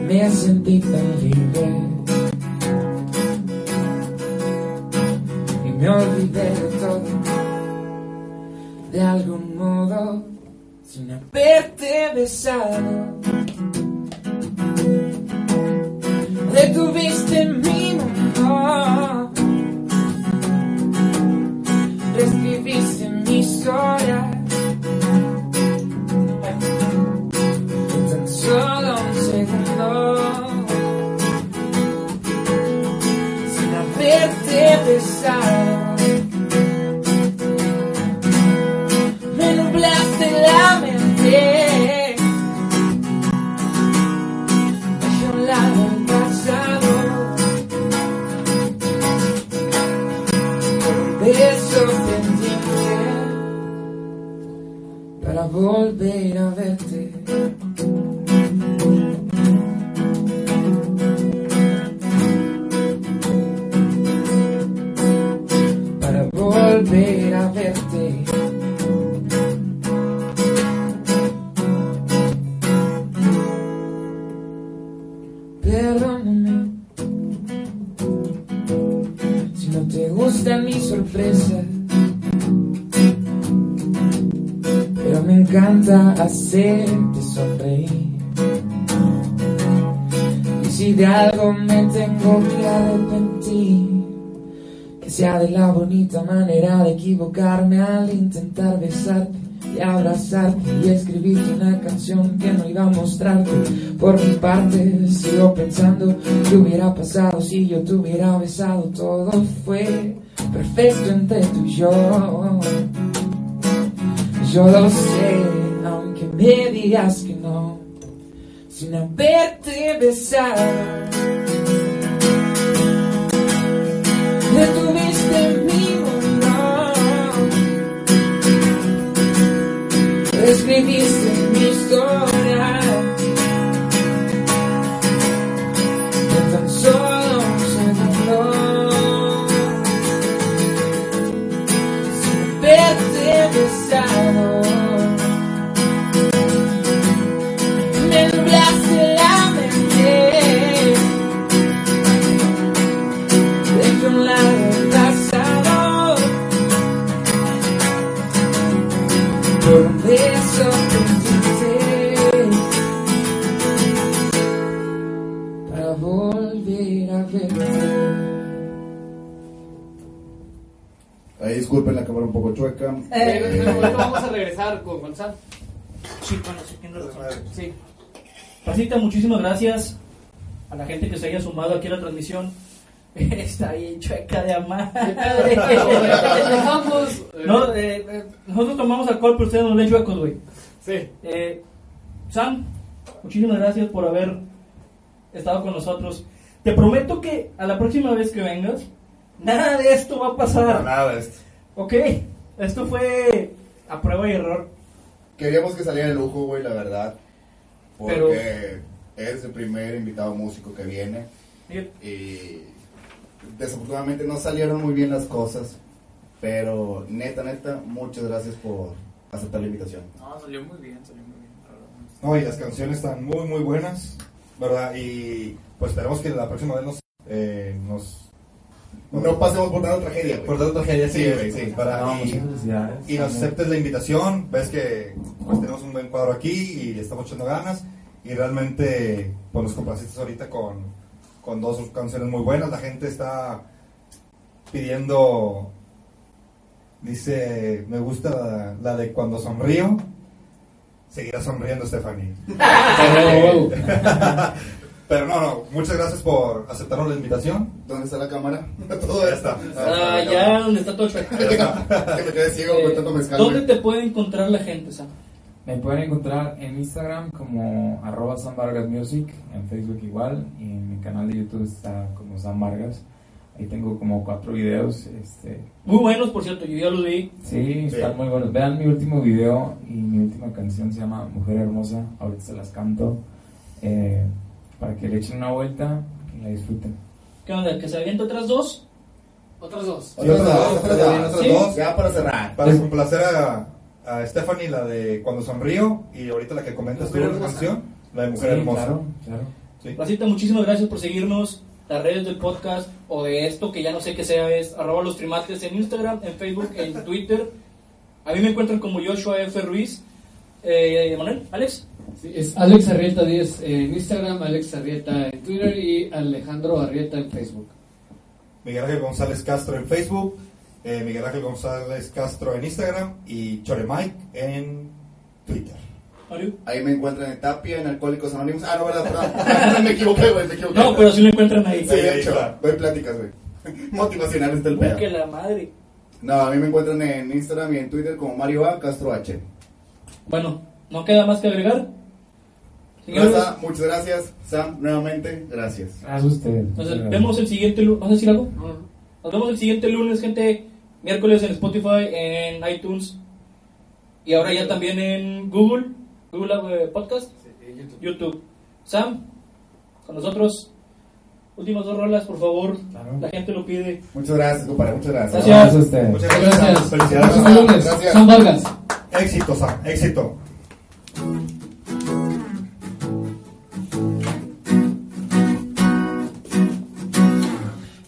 me sentí tan libre. Y me olvidé de todo de algún modo sin haberte besado. Detuviste mi mundo, reescribiste mi historia. En Tan solo un segundo, sin haberte besado. me nublaste la mente. Dejé a un lado el pasado. Beso pendiente para volver a verte. Para volver a verte. Perdóname si no te gusta mi sorpresa, pero me encanta hacerte sonreír. Y si de algo me tengo que arrepentir, que sea de la bonita manera de equivocarme al intentar besarte y abrazarte y escribirte una canción que no iba a mostrarte. Por mi parte, sigo pensando qué hubiera pasado si yo te hubiera besado. Todo fue perfecto entre tú y yo. Yo lo sé, aunque me digas que no. Si sin haberte besado. Detuviste mi mundo, escribiste mi historia. De tan solo un segundo, sin haberte besado. Me nublaste la mente Dejé a un lado el pasado Por un beso que hiciste Para volver a verte Ahí disculpen la cámara un poco chueca. Eh, Bueno, vamos a regresar con Gonzalo. Sí, bueno, sí, tiene razón. Sí. Racita, muchísimas gracias a la gente que se haya sumado aquí a la transmisión. [LAUGHS] Está bien chueca de amar. [LAUGHS] Dejamos. No, eh, eh, nosotros tomamos alcohol, pero ustedes nos ven chuecos, güey. Sí. Eh, Sam, muchísimas gracias por haber estado con nosotros. Te prometo que a la próxima vez que vengas, nada de esto va a pasar. Nada, esto. Ok, esto fue a prueba y error. Queríamos que saliera el lujo, güey, la verdad. Pero- Porque es el primer invitado músico que viene. Y desafortunadamente no salieron muy bien las cosas. Pero neta, neta, muchas gracias por aceptar la invitación. No, salió muy bien, salió muy bien. la verdad. No, y las canciones están muy, muy buenas, ¿verdad? Y pues esperemos que la próxima vez nos... eh, nos No pasemos por tanta tragedia, güey. por tanto tragedia, sí, Sí, güey, sí. sí. Para, No, y, muchas y nos aceptes la invitación, ves que pues, tenemos un buen cuadro aquí y le estamos echando ganas. Y realmente, pues nos complaciste ahorita con, con dos canciones muy buenas. La gente está pidiendo, dice, me gusta la, la de Cuando Sonrío. Seguirá sonriendo, Stephanie. Ah, Pero no, no, muchas gracias por aceptarnos la invitación. ¿Dónde está la cámara? [LAUGHS] Todo ya está. Ah, ya donde está todo chueco. [LAUGHS] que me quedé ciego con tanto mezcal, ¿Dónde güey. te puede encontrar la gente, Sam? Me pueden encontrar en Instagram como arroba Sam Vargas Music, en Facebook igual, y en mi canal de YouTube está como Sam Vargas. Ahí tengo como cuatro videos. Este, Muy buenos, por cierto, yo ya los vi. sí, están Sí. muy buenos. Vean mi último video y mi última canción se llama Mujer Hermosa. Ahorita se las canto eh, para que le echen una vuelta y la disfruten. ¿Qué onda? ¿Que se avienta otras dos? Otras dos. Otras dos, otras dos, Otras otras dos. dos. Ya para cerrar. Para complacer a, a Stephanie, la de Cuando Sonrío, y ahorita la que comentas tú, Mujer la hermosa. canción, la de Mujer Sí, Hermosa. Claro, claro. Sí. Racita, muchísimas gracias por seguirnos. Las redes del podcast o de esto que ya no sé qué sea es arroba los primates en Instagram, en Facebook, [LAUGHS] en Twitter. A mí me encuentran como Joshua F. Ruiz. Eh, Manuel, Alex. Sí, es Alex Arrieta 10 en Instagram, Alex Arrieta en Twitter y Alejandro Arrieta en Facebook. Miguel Ángel González Castro en Facebook, eh, Miguel Ángel González Castro en Instagram y Chore Mike en Twitter. Mario. Ahí me encuentran en Tapia, en Alcohólicos Anónimos. Ah, no, verdad, perdón. [LAUGHS] me equivoqué, güey, me equivoqué. No, pero si lo encuentran ahí. Sí, de hecho, doy pláticas, güey. [LAUGHS] Motivacionales del Uy, que pedo. la madre. No, a mí me encuentran en Instagram y en Twitter como Mario A. Castro H. Bueno, no queda más que agregar. Señores, Raza, muchas gracias. Sam, nuevamente, gracias. Gracias a ustedes. nos vemos el siguiente lunes. ¿Vas a decir algo? Nos vemos el siguiente lunes, gente. Miércoles en Spotify, en iTunes y ahora ya también en Google, Google eh, Podcast, YouTube. Sam, con nosotros. Últimas dos rolas, por favor. Claro. La gente lo pide. Muchas gracias, compadre, muchas gracias. Gracias. a ustedes. Muchas gracias. Gracias. Felicidades. Próximo lunes. Gracias. Sam Vargas. Éxito, Sam, éxito.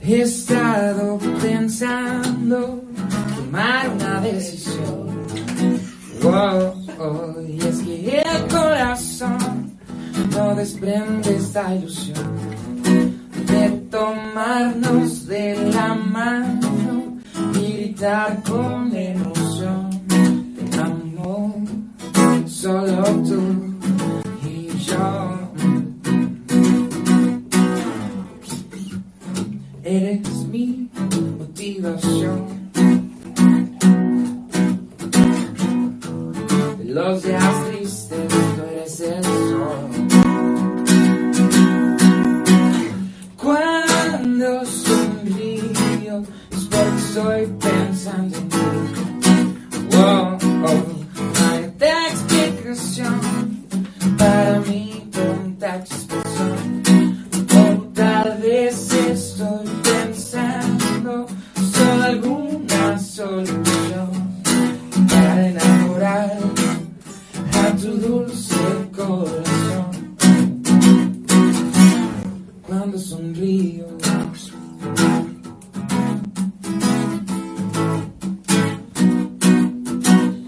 He estado pensando tomar una decisión. Oh, oh, y es que el corazón no desprende esta ilusión de tomarnos de la mano y gritar con emoción. Te amo, solo tú y yo. Eres mi motivación. De los días tristes, tú eres el sol. oh, bonito un taxi expresión. Como tal vez estoy pensando solo alguna solución para enamorar a tu dulce corazón. Cuando sonrío.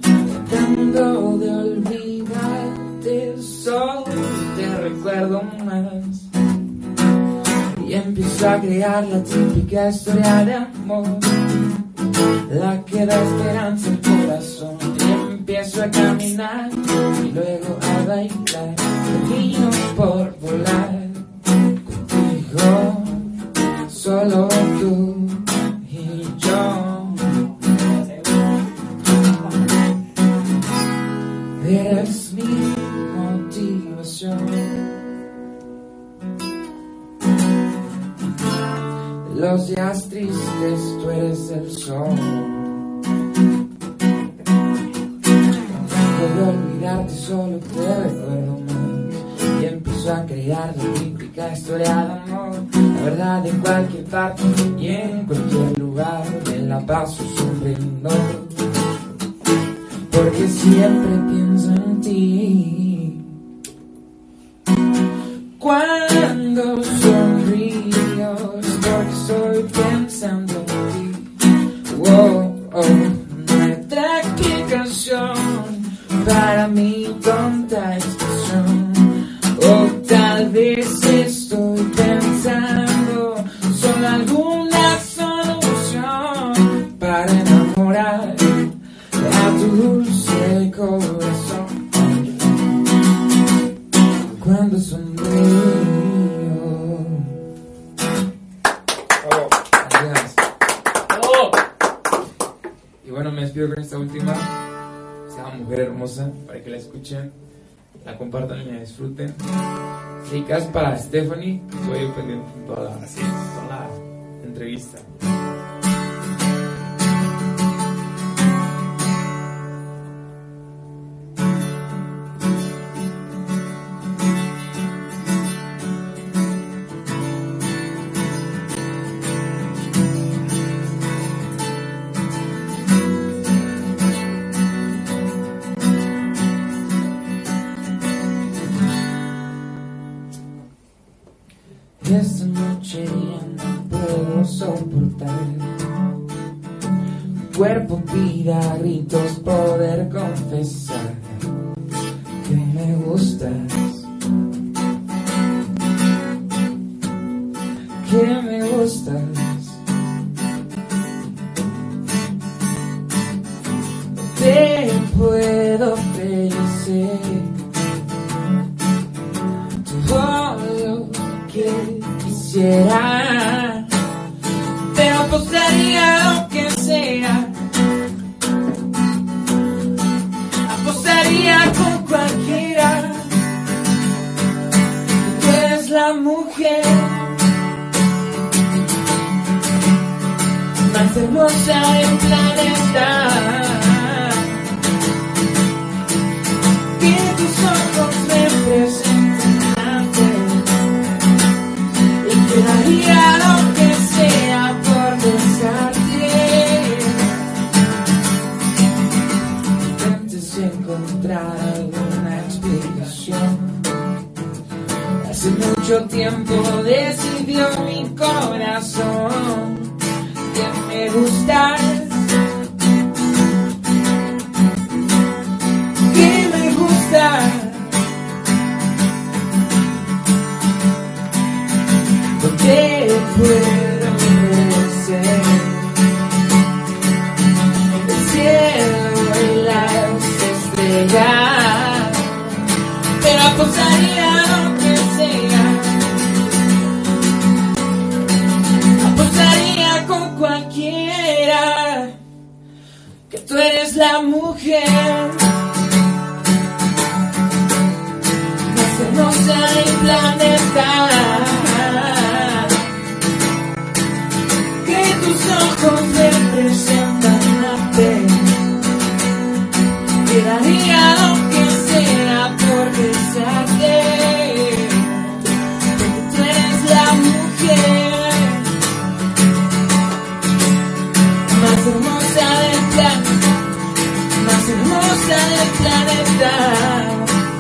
Tratando de olvidarte, solo te recuerdo más. Y empiezo a crear la típica historia de amor, la que da esperanza al corazón. Y empiezo a caminar y luego a bailar, termino por volar contigo, solo tú y yo. Eres mi motivación. Los días tristes, tú eres el sol. Trato de olvidarte, solo te recuerdo más. Y empiezo a crear la típica historia de amor. La verdad en cualquier parte y en cualquier lugar. Me la paso sonriendo porque siempre pienso en ti. Cuando sonrío es porque estoy pensando en ti. Wow, oh, nuestra canción para mi tonta expresión. O tal vez estoy pensando solo alguna solución para enamorar a tu dulce corazón cuando sonrío. Gracias. Y bueno, me despido con esta última. Se llama Mujer Hermosa, para que la escuchen, la compartan y la disfruten. Ricas para Stephanie, que estoy ahí pendiente de toda la, toda la entrevista. Esta noche ya no puedo soportar. Mi cuerpo pida ritos poder confesar que me gustas. Que me gustas. Te puedo ofrecer todo lo que quisiera. Te apostaría lo que sea. Apostaría con cualquiera. Tú eres la mujer más hermosa del planeta. Que tus ojos me presentan Y que daría lo que sea por besarte Antes de encontrar alguna explicación Hace mucho tiempo decidió mi corazón Que me gustas Que me gustas No te puedo merecer el cielo y las estrellas, pero apostaría lo que sea, apostaría con cualquiera que tú eres la mujer más hermosa del planeta. Que tus ojos representan arte. Quedaría lo que sea por besarte. este hermosa del planeta.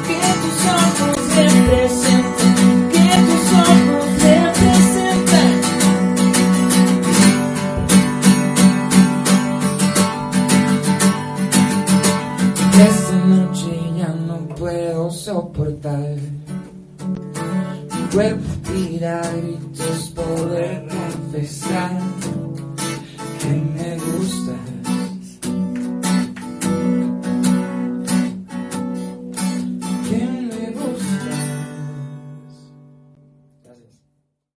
Que tus ojos representan, que tus ojos representan. Esta noche ya no puedo soportar. Mi cuerpo tira gritos, poder confesar que me gusta.